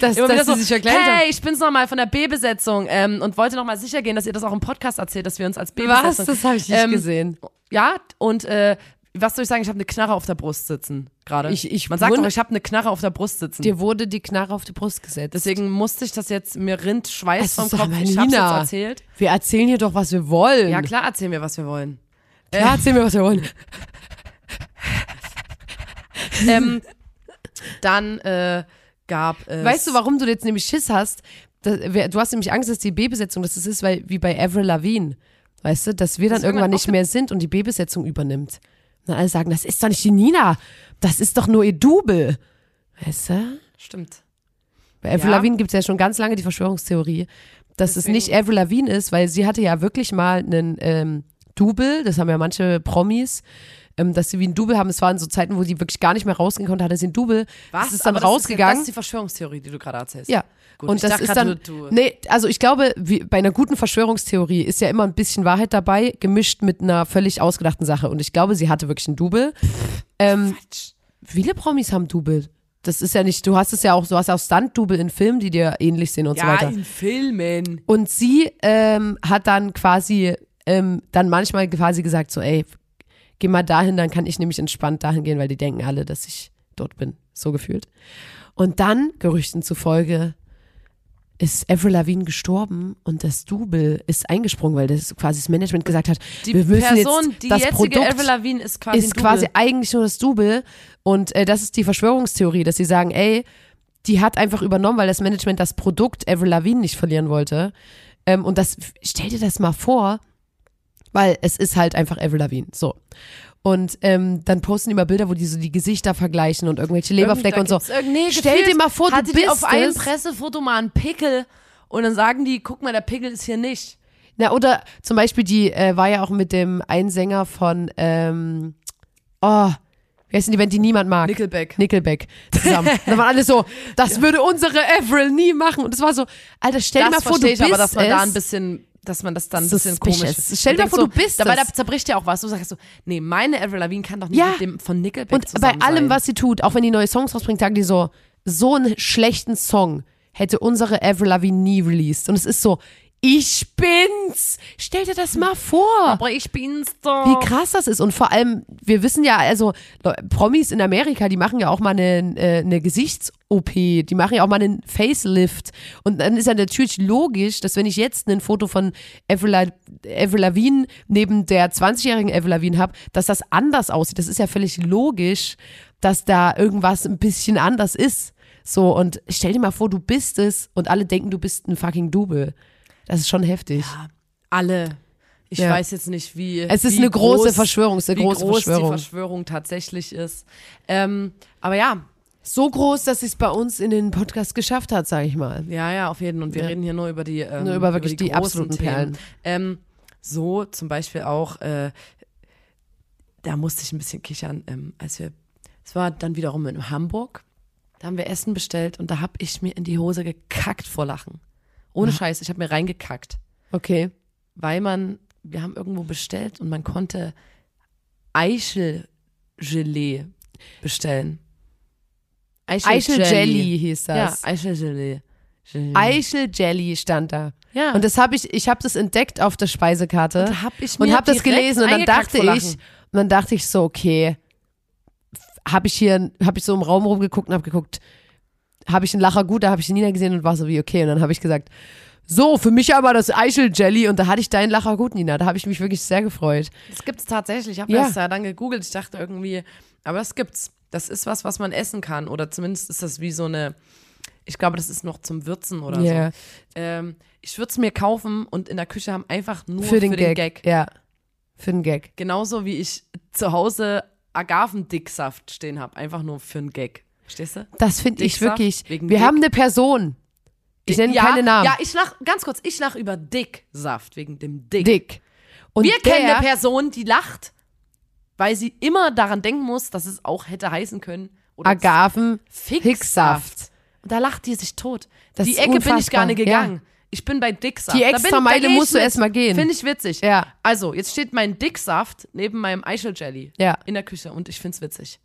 Speaker 4: Das,
Speaker 2: Immer wieder
Speaker 4: dass
Speaker 2: so,
Speaker 4: sie sich verkleidet
Speaker 2: hey, ich bin's nochmal von der B-Besetzung ähm, und wollte nochmal sicher gehen, dass ihr das auch im Podcast erzählt, dass wir uns als
Speaker 4: haben. Was?
Speaker 2: B-Besetzung
Speaker 4: Das habe ich nicht
Speaker 2: Ähm,
Speaker 4: gesehen.
Speaker 2: ja, und äh, was soll ich sagen? Ich habe eine Knarre auf der Brust sitzen gerade.
Speaker 4: Ich- ich
Speaker 2: Man sagt doch,
Speaker 4: wund-
Speaker 2: ich habe eine Knarre auf der Brust sitzen.
Speaker 4: Dir wurde die Knarre auf die Brust gesetzt.
Speaker 2: Deswegen musste ich das jetzt, mir rinnt
Speaker 4: Es
Speaker 2: Schweiß vom
Speaker 4: ist
Speaker 2: Kopf.
Speaker 4: aber
Speaker 2: Ich hab's jetzt
Speaker 4: Nina.
Speaker 2: erzählt.
Speaker 4: wir erzählen hier doch, was wir wollen.
Speaker 2: Ja, klar, erzählen wir, was wir wollen.
Speaker 4: Klar, erzähl mir, was wir wollen.
Speaker 2: ähm, dann äh, gab es.
Speaker 4: Weißt du, warum du jetzt nämlich Schiss hast? Das, wer- du hast nämlich Angst, dass die B-Besetzung, dass es ist, weil, wie bei Avril Lavigne, weißt du, dass wir dann
Speaker 2: Dass
Speaker 4: irgendwann
Speaker 2: irgendwann
Speaker 4: nicht mehr sind und die B-Besetzung übernimmt. Und dann alle sagen, das ist doch nicht die Nina, das ist doch nur ihr Double. Weißt du?
Speaker 2: Stimmt.
Speaker 4: Bei Avril
Speaker 2: Ja.
Speaker 4: Lavigne gibt es ja schon ganz lange die Verschwörungstheorie, dass
Speaker 2: Deswegen-
Speaker 4: es nicht Avril Lavigne ist, weil sie hatte ja wirklich mal einen ähm, Double, das haben ja manche Promis, ähm, dass sie wie ein Double haben. Es waren so Zeiten, wo die wirklich gar nicht mehr rausgehen konnte, hatte sie ein Double. Das ist dann
Speaker 2: Aber Das ist,
Speaker 4: rausgegangen.
Speaker 2: das ist die Verschwörungstheorie, die du gerade erzählst.
Speaker 4: ja.
Speaker 2: Gut,
Speaker 4: und
Speaker 2: ich
Speaker 4: das
Speaker 2: dachte
Speaker 4: ist dann,
Speaker 2: grad, du- du-
Speaker 4: nee, also ich glaube, wie, bei einer guten Verschwörungstheorie ist ja immer ein bisschen Wahrheit dabei, gemischt mit einer völlig ausgedachten Sache. Und ich glaube, sie hatte wirklich ein Double. Ähm, viele Promis haben Double. Das ist ja nicht, du hast es ja auch, du hast ja auch Stunt-Double in Filmen, die dir ähnlich sehen und so
Speaker 2: Ja,
Speaker 4: weiter.
Speaker 2: in Filmen.
Speaker 4: Und sie ähm, hat dann quasi, ähm, dann manchmal quasi gesagt so, ey, geh mal dahin, dann kann ich nämlich entspannt dahin gehen, weil die denken alle, dass ich dort bin. So gefühlt. Und dann, Gerüchten zufolge, ist Avril Lavigne gestorben und das Double ist eingesprungen, weil das quasi das Management gesagt hat,
Speaker 2: Die
Speaker 4: wir müssen
Speaker 2: Person,
Speaker 4: jetzt
Speaker 2: die
Speaker 4: das
Speaker 2: jetzige
Speaker 4: Produkt
Speaker 2: Avril Lavigne ist quasi
Speaker 4: ist
Speaker 2: ein
Speaker 4: quasi
Speaker 2: Double.
Speaker 4: eigentlich nur das Double. Und äh, das ist die Verschwörungstheorie, dass sie sagen, ey, die hat einfach übernommen, weil das Management das Produkt Avril Lavigne nicht verlieren wollte. Ähm, und das, stell dir das mal vor, weil es ist halt einfach Avril Lavigne, so. Und ähm, dann posten die mal Bilder, wo die so die Gesichter vergleichen und irgendwelche Leberflecken und so.
Speaker 2: Irgendwie, da gibt's irgend- nee,
Speaker 4: Stell
Speaker 2: gefühlt
Speaker 4: dir mal vor, du
Speaker 2: hatte die
Speaker 4: bist
Speaker 2: auf einem
Speaker 4: es.
Speaker 2: Pressefoto mal einen Pickel und dann sagen die, guck mal, der Pickel ist hier nicht.
Speaker 4: Na, oder zum Beispiel, die äh, war ja auch mit dem Einsänger von, ähm, oh, wie heißt denn die Band, die niemand mag?
Speaker 2: Nickelback.
Speaker 4: Nickelback zusammen. Und da waren alle so, das würde unsere Avril nie machen. Und es war so, Alter, stell dir mal
Speaker 2: das
Speaker 4: vor, du
Speaker 2: verstehe
Speaker 4: bist
Speaker 2: ich, aber dass man
Speaker 4: es.
Speaker 2: da ein bisschen, dass man das dann ein bisschen
Speaker 4: Suspicious.
Speaker 2: komisch ist.
Speaker 4: Stell dir
Speaker 2: Man
Speaker 4: mal
Speaker 2: denkt
Speaker 4: vor, du bist
Speaker 2: Dabei
Speaker 4: es.
Speaker 2: da zerbricht ja auch was. Du sagst so, nee, meine Avril Lavigne kann doch nicht
Speaker 4: Ja.
Speaker 2: mit dem von Nickelback
Speaker 4: und bei
Speaker 2: zusammen
Speaker 4: allem,
Speaker 2: sein.
Speaker 4: was sie tut, auch wenn die neue Songs rausbringt, sagen die so, so einen schlechten Song hätte unsere Avril Lavigne nie released. Und es ist so, ich bin's. Stell dir das mal vor.
Speaker 2: Aber ich bin's doch.
Speaker 4: Wie krass das ist. Und vor allem, wir wissen ja, also Le- Promis in Amerika, die machen ja auch mal eine, äh, eine Gesichts-OP, die machen ja auch mal einen Facelift. Und dann ist ja natürlich logisch, dass wenn ich jetzt ein Foto von Avril La- Avril Lavigne neben der 20-jährigen Avril Lavigne habe, dass das anders aussieht. Das ist ja völlig logisch, dass da irgendwas ein bisschen anders ist. So, und stell dir mal vor, du bist es und alle denken, du bist ein fucking Double. Das ist schon heftig.
Speaker 2: alle. Ich
Speaker 4: Ja.
Speaker 2: weiß jetzt nicht, wie.
Speaker 4: Es ist
Speaker 2: wie
Speaker 4: eine große
Speaker 2: groß-
Speaker 4: Verschwörung, es ist eine
Speaker 2: wie
Speaker 4: große
Speaker 2: groß
Speaker 4: Verschwörung.
Speaker 2: die Verschwörung tatsächlich ist. Ähm, aber ja,
Speaker 4: so groß, dass sie es bei uns in den Podcast geschafft hat, sage ich mal.
Speaker 2: ja, ja, auf jeden. Und wir reden hier nur über die, ähm,
Speaker 4: Nur über wirklich die
Speaker 2: großen
Speaker 4: absoluten Perlen.
Speaker 2: Ähm, so zum Beispiel auch, äh, da musste ich ein bisschen kichern, ähm, als wir, es war dann wiederum in Hamburg, da haben wir Essen bestellt und da habe ich mir in die Hose gekackt vor Lachen. Ohne Scheiß, ich habe mir reingekackt.
Speaker 4: Okay.
Speaker 2: weil man, wir haben irgendwo bestellt und man konnte Eichelgelee bestellen.
Speaker 4: Eichel Jelly hieß
Speaker 2: Ja,
Speaker 4: das.
Speaker 2: Eichelgelee. Gelee.
Speaker 4: Eichel Jelly stand da.
Speaker 2: ja.
Speaker 4: Und das habe ich, ich habe das entdeckt auf der Speisekarte
Speaker 2: da hab ich
Speaker 4: und
Speaker 2: mir
Speaker 4: habe das
Speaker 2: direkt
Speaker 4: gelesen und dann
Speaker 2: eingekackt
Speaker 4: dachte
Speaker 2: vor Lachen.
Speaker 4: ich, und dann dachte ich so, okay, habe ich hier, habe ich so im Raum rumgeguckt und habe geguckt, habe ich einen Lacher gut, da habe ich den Nina gesehen und war so wie okay und dann habe ich gesagt, so für mich aber das Eichel Jelly und da hatte ich deinen Lacher gut, Nina, da habe ich mich wirklich sehr gefreut.
Speaker 2: das gibt's tatsächlich. Ich habe
Speaker 4: Ja.
Speaker 2: das ja dann gegoogelt. Ich dachte irgendwie, aber das gibt's. Das ist was, was man essen kann oder zumindest ist das wie so eine. Ich glaube, das ist noch zum Würzen oder
Speaker 4: Ja.
Speaker 2: so. Ähm, ich würde es mir kaufen und in der Küche haben einfach nur
Speaker 4: für den, Gag.
Speaker 2: Gag.
Speaker 4: Ja. Für den Gag.
Speaker 2: Genauso wie ich zu Hause Agavendicksaft stehen habe, einfach nur für einen Gag. Verstehst du?
Speaker 4: Das finde ich
Speaker 2: Dicksaft
Speaker 4: wirklich.
Speaker 2: wegen
Speaker 4: Wir
Speaker 2: Dick.
Speaker 4: haben eine Person. Ich nenne
Speaker 2: ja,
Speaker 4: keine Namen.
Speaker 2: Ja, ich lach, ganz kurz, ich lach über Dicksaft, wegen dem Dick.
Speaker 4: Dick. Und
Speaker 2: Wir
Speaker 4: der,
Speaker 2: kennen eine Person, die lacht, weil sie immer daran denken muss, dass es auch hätte heißen können. Oder
Speaker 4: Agaven Hicksaft.
Speaker 2: Fixsaft. Und da lacht die sich tot.
Speaker 4: Das
Speaker 2: die
Speaker 4: ist
Speaker 2: Ecke bin ich
Speaker 4: unfassbar,
Speaker 2: gerne
Speaker 4: ja.
Speaker 2: gegangen. Ich bin bei Dicksaft.
Speaker 4: Die
Speaker 2: Da bin-
Speaker 4: extra
Speaker 2: da
Speaker 4: Meile
Speaker 2: geh ich
Speaker 4: musst du
Speaker 2: mit.
Speaker 4: erst mal gehen.
Speaker 2: Finde ich witzig.
Speaker 4: Ja.
Speaker 2: Also, jetzt steht mein Dicksaft neben meinem Eicheljelly
Speaker 4: Ja.
Speaker 2: in der Küche und ich find's witzig.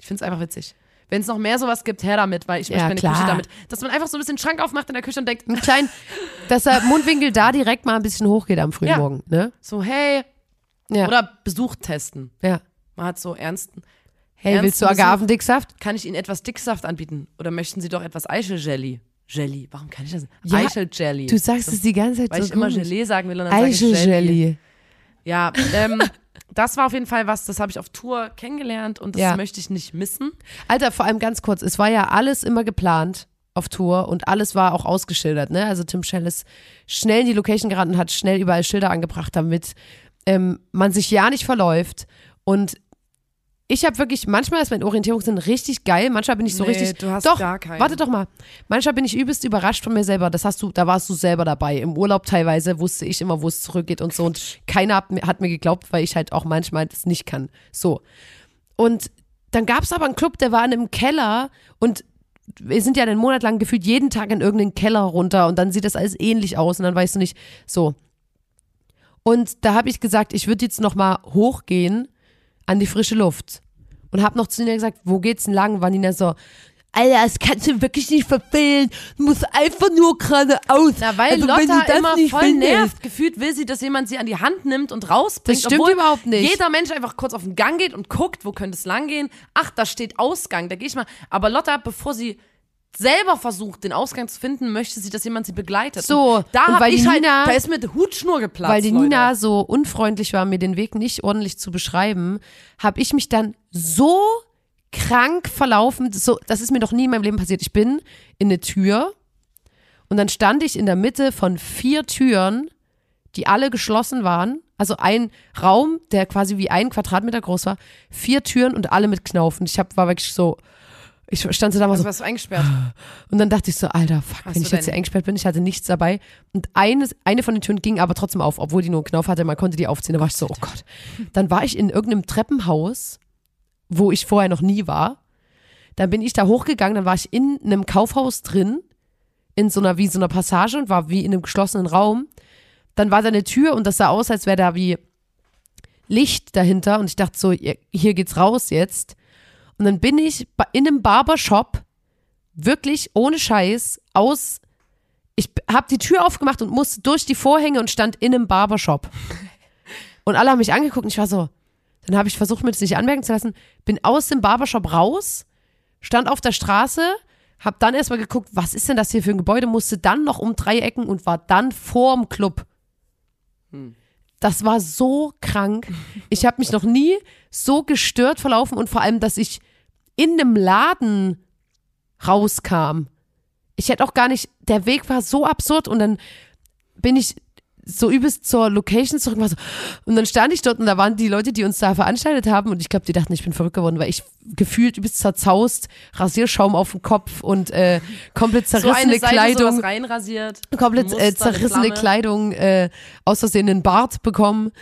Speaker 2: Ich find's einfach witzig. Wenn es noch mehr sowas gibt, her damit, weil ich
Speaker 4: Ja,
Speaker 2: möchte meine
Speaker 4: klar.
Speaker 2: Küche damit, dass man einfach so ein bisschen Schrank aufmacht in der Küche und denkt,
Speaker 4: Einen kleinen, dass der Mundwinkel da direkt mal ein bisschen hochgeht am frühen
Speaker 2: Ja.
Speaker 4: Morgen. Ne?
Speaker 2: so hey
Speaker 4: Ja.
Speaker 2: oder Besuch testen.
Speaker 4: ja.
Speaker 2: Man hat so ernsten,
Speaker 4: Hey,
Speaker 2: Ernst
Speaker 4: willst du
Speaker 2: Besuch?
Speaker 4: Agavendicksaft?
Speaker 2: kann ich Ihnen etwas Dicksaft anbieten oder möchten Sie doch etwas Eicheljelly? Jelly, warum kann ich das?
Speaker 4: Ja,
Speaker 2: Eicheljelly.
Speaker 4: Du sagst es die ganze Zeit
Speaker 2: weil
Speaker 4: so
Speaker 2: ich immer
Speaker 4: komisch.
Speaker 2: Gelee sagen will und dann sage ich Jelly.
Speaker 4: Eicheljelly.
Speaker 2: Ja, ähm, das war auf jeden Fall was, das habe ich auf Tour kennengelernt und das
Speaker 4: Ja.
Speaker 2: möchte ich nicht missen.
Speaker 4: Alter, vor allem ganz kurz, es war ja alles immer geplant auf Tour und alles war auch ausgeschildert, ne? Also Tim Schell ist schnell in die Location gerannt und hat schnell überall Schilder angebracht, damit ähm, man sich ja nicht verläuft. Und ich habe wirklich, manchmal ist mein Orientierungssinn richtig geil, manchmal bin ich so
Speaker 2: Nee,
Speaker 4: richtig.
Speaker 2: du hast
Speaker 4: doch,
Speaker 2: gar keinen.
Speaker 4: warte doch mal. Manchmal bin ich übelst überrascht von mir selber. Das hast du, da warst du selber dabei. Im Urlaub teilweise wusste ich immer, wo es zurückgeht und so. Und keiner hat mir, hat mir geglaubt, weil ich halt auch manchmal das nicht kann. So. Und dann gab es aber einen Club, der war in einem Keller und wir sind ja einen Monat lang gefühlt jeden Tag in irgendeinen Keller runter und dann sieht das alles ähnlich aus und dann weißt du nicht, so. Und da habe ich gesagt, ich würde jetzt nochmal hochgehen an die frische Luft. Und habe noch zu Nina gesagt, wo geht's denn lang? War Nina so, Alter, das kannst du wirklich nicht verfehlen. Du musst einfach nur geradeaus.
Speaker 2: Na, weil
Speaker 4: Also, wenn du
Speaker 2: Lotta
Speaker 4: das
Speaker 2: immer
Speaker 4: nicht
Speaker 2: voll
Speaker 4: findest.
Speaker 2: nervt. Gefühlt will sie, dass jemand sie an die Hand nimmt und rausbringt.
Speaker 4: Das stimmt
Speaker 2: obwohl
Speaker 4: überhaupt nicht.
Speaker 2: Jeder Mensch einfach kurz auf den Gang geht und guckt, wo könnte es langgehen. Ach, da steht Ausgang, da gehe ich mal. Aber Lotta, bevor sie selber versucht, den Ausgang zu finden, möchte sie, dass jemand sie begleitet.
Speaker 4: So,
Speaker 2: und da
Speaker 4: und
Speaker 2: hab
Speaker 4: weil
Speaker 2: ich
Speaker 4: die
Speaker 2: halt,
Speaker 4: Nina-
Speaker 2: da ist mir die Hutschnur geplatzt,
Speaker 4: weil die
Speaker 2: Leute.
Speaker 4: Nina so unfreundlich war, mir den Weg nicht ordentlich zu beschreiben, habe ich mich dann so krank verlaufen. So, das ist mir noch nie in meinem Leben passiert. Ich bin in eine Tür und dann stand ich in der Mitte von vier Türen, die alle geschlossen waren. Also ein Raum, der quasi wie ein Quadratmeter groß war, vier Türen und alle mit Knaufen. Ich hab, war wirklich so, ich stand so damals so,
Speaker 2: Also warst du eingesperrt.
Speaker 4: und dann dachte ich so, Alter, fuck,
Speaker 2: Hast
Speaker 4: wenn
Speaker 2: du
Speaker 4: ich jetzt hier
Speaker 2: dein-
Speaker 4: eingesperrt bin, ich hatte nichts dabei. Und eines, eine von den Türen ging aber trotzdem auf, obwohl die nur einen Knauf hatte, man konnte die aufziehen. Da war ich so, oh Gott. Dann war ich in irgendeinem Treppenhaus, wo ich vorher noch nie war. Dann bin ich da hochgegangen, dann war ich in einem Kaufhaus drin, in so einer, wie so einer Passage und war wie in einem geschlossenen Raum. Dann war da eine Tür und das sah aus, als wäre da wie Licht dahinter. Und ich dachte so, hier hier geht's raus jetzt. Und dann bin ich ba- in einem Barbershop wirklich ohne Scheiß aus. Ich habe die Tür aufgemacht und musste durch die Vorhänge und stand in einem Barbershop. Und alle haben mich angeguckt und ich war so. Dann habe ich versucht, mir das nicht anmerken zu lassen. Bin aus dem Barbershop raus, stand auf der Straße, habe dann erstmal geguckt, was ist denn das hier für ein Gebäude, musste dann noch um drei Ecken und war dann vorm Club. Das war so krank. Ich habe mich noch nie so gestört verlaufen und vor allem, dass ich in einem Laden rauskam. Ich hätte auch gar nicht, der Weg war so absurd und dann bin ich so übelst zur Location zurück und war so, und dann stand ich dort und da waren die Leute, die uns da veranstaltet haben und ich glaube, die dachten, ich bin verrückt geworden, weil ich gefühlt übelst zerzaust, Rasierschaum auf dem Kopf und äh, komplett
Speaker 2: So
Speaker 4: zerrissene
Speaker 2: eine Seite,
Speaker 4: Kleidung
Speaker 2: sowas reinrasiert.
Speaker 4: komplett
Speaker 2: Muster,
Speaker 4: äh, zerrissene
Speaker 2: Flamme.
Speaker 4: Kleidung, äh, aus Versehen einen Bart bekommen,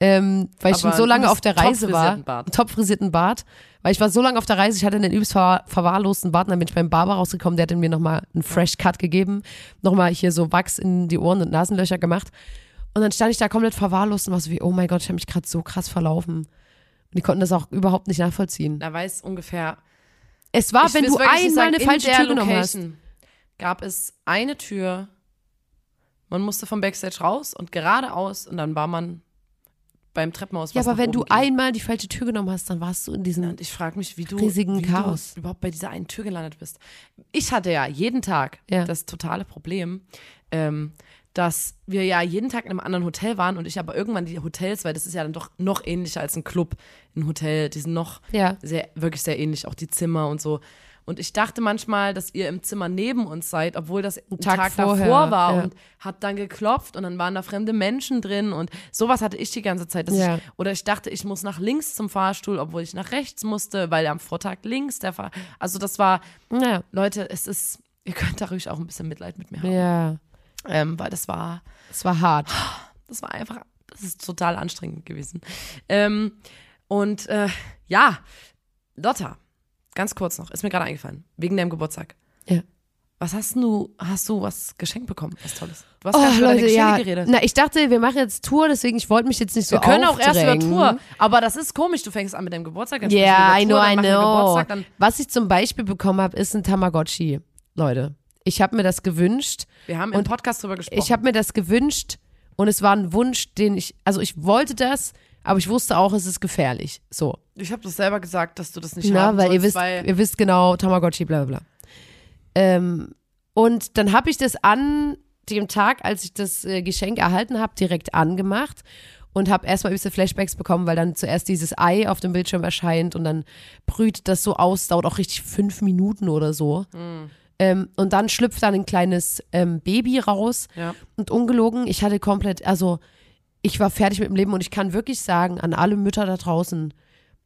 Speaker 4: ähm, weil ich
Speaker 2: Aber
Speaker 4: schon so lange
Speaker 2: einen
Speaker 4: auf der Reise war.
Speaker 2: topfrisierten Bart.
Speaker 4: Einen topfrisierten Bart. Weil ich war so lange auf der Reise, ich hatte einen übelst verwahr verwahrlosten Bart, und dann bin ich beim Barber rausgekommen, der hat mir nochmal einen Fresh Cut gegeben, nochmal hier so Wachs in die Ohren und Nasenlöcher gemacht. Und dann stand ich da komplett verwahrlost und war so wie, oh mein Gott, ich habe mich gerade so krass verlaufen. Und die konnten das auch überhaupt nicht nachvollziehen.
Speaker 2: Da weiß ungefähr,
Speaker 4: Es war,
Speaker 2: Ich
Speaker 4: Ah, wenn
Speaker 2: will's
Speaker 4: du
Speaker 2: wirklich nicht
Speaker 4: einmal
Speaker 2: sagen,
Speaker 4: eine falsche
Speaker 2: in der
Speaker 4: Tür genommen hast.
Speaker 2: Location Gab es eine Tür, man musste vom Backstage raus und geradeaus und dann war man beim Treppenhaus.
Speaker 4: Ja,
Speaker 2: was
Speaker 4: aber
Speaker 2: nach
Speaker 4: wenn
Speaker 2: oben
Speaker 4: du
Speaker 2: ging.
Speaker 4: einmal die falsche Tür genommen hast, dann warst du in diesem
Speaker 2: Und ich frage mich, wie du,
Speaker 4: riesigen
Speaker 2: wie
Speaker 4: Chaos.
Speaker 2: du überhaupt bei dieser einen Tür gelandet bist. Ich hatte ja jeden Tag
Speaker 4: Ja.
Speaker 2: das totale Problem, ähm, dass wir ja jeden Tag in einem anderen Hotel waren und ich aber irgendwann die Hotels, weil das ist ja dann doch noch ähnlicher als ein Club, ein Hotel, die sind noch
Speaker 4: Ja.
Speaker 2: sehr, wirklich sehr ähnlich, auch die Zimmer und so. Und ich dachte manchmal, dass ihr im Zimmer neben uns seid, obwohl das ein Tag,
Speaker 4: Tag vorher,
Speaker 2: davor war
Speaker 4: ja.
Speaker 2: und hab dann geklopft und dann waren da fremde Menschen drin und sowas hatte ich die ganze Zeit. Dass
Speaker 4: Ja.
Speaker 2: ich, oder ich dachte, ich muss nach links zum Fahrstuhl, obwohl ich nach rechts musste, weil am Vortag links der Fahr. Also das war,
Speaker 4: Ja.
Speaker 2: Leute, es ist, ihr könnt da ruhig auch ein bisschen Mitleid mit mir haben,
Speaker 4: Ja.
Speaker 2: ähm, weil das war,
Speaker 4: Es war hart.
Speaker 2: das war einfach, das ist total anstrengend gewesen. Ähm, und äh, ja, Lotta, ganz kurz noch, ist mir gerade eingefallen, wegen deinem Geburtstag.
Speaker 4: Ja.
Speaker 2: Was hast du, hast du was geschenkt bekommen? Was Tolles. Du hast
Speaker 4: Oh,
Speaker 2: gar nicht über deine
Speaker 4: Leute,
Speaker 2: Geschenke
Speaker 4: ja.
Speaker 2: geredet.
Speaker 4: Na, ich dachte, wir machen jetzt Tour, deswegen ich wollte mich jetzt nicht so
Speaker 2: Wir können auch erst
Speaker 4: aufdrängen.
Speaker 2: über Tour, aber das ist komisch. Du fängst an mit deinem Geburtstag, dann sprechen
Speaker 4: Yeah,
Speaker 2: wir
Speaker 4: I
Speaker 2: über Tour,
Speaker 4: know,
Speaker 2: dann
Speaker 4: I
Speaker 2: machen wir
Speaker 4: know.
Speaker 2: Geburtstag, dann
Speaker 4: Was ich zum Beispiel bekommen habe, ist ein Tamagotchi, Leute. Ich habe mir das gewünscht.
Speaker 2: wir haben im
Speaker 4: Und
Speaker 2: Podcast drüber gesprochen.
Speaker 4: Ich habe mir das gewünscht und es war ein Wunsch, den ich, also ich wollte das, aber ich wusste auch, es ist gefährlich. So.
Speaker 2: ich habe das selber gesagt, dass du das nicht
Speaker 4: Na,
Speaker 2: haben
Speaker 4: weil ihr
Speaker 2: sollst,
Speaker 4: wisst,
Speaker 2: weil
Speaker 4: ihr wisst genau, Tamagotchi, bla bla bla. Ähm, und dann habe ich das an dem Tag, als ich das äh, Geschenk erhalten habe, direkt angemacht und habe erstmal übelste Flashbacks bekommen, weil dann zuerst dieses Ei auf dem Bildschirm erscheint und dann brüht das so aus, dauert auch richtig fünf Minuten oder so.
Speaker 2: Hm.
Speaker 4: Ähm, und dann schlüpft dann ein kleines ähm, Baby raus.
Speaker 2: Ja.
Speaker 4: Und ungelogen, ich hatte komplett, also ich war fertig mit dem Leben und ich kann wirklich sagen an alle Mütter da draußen,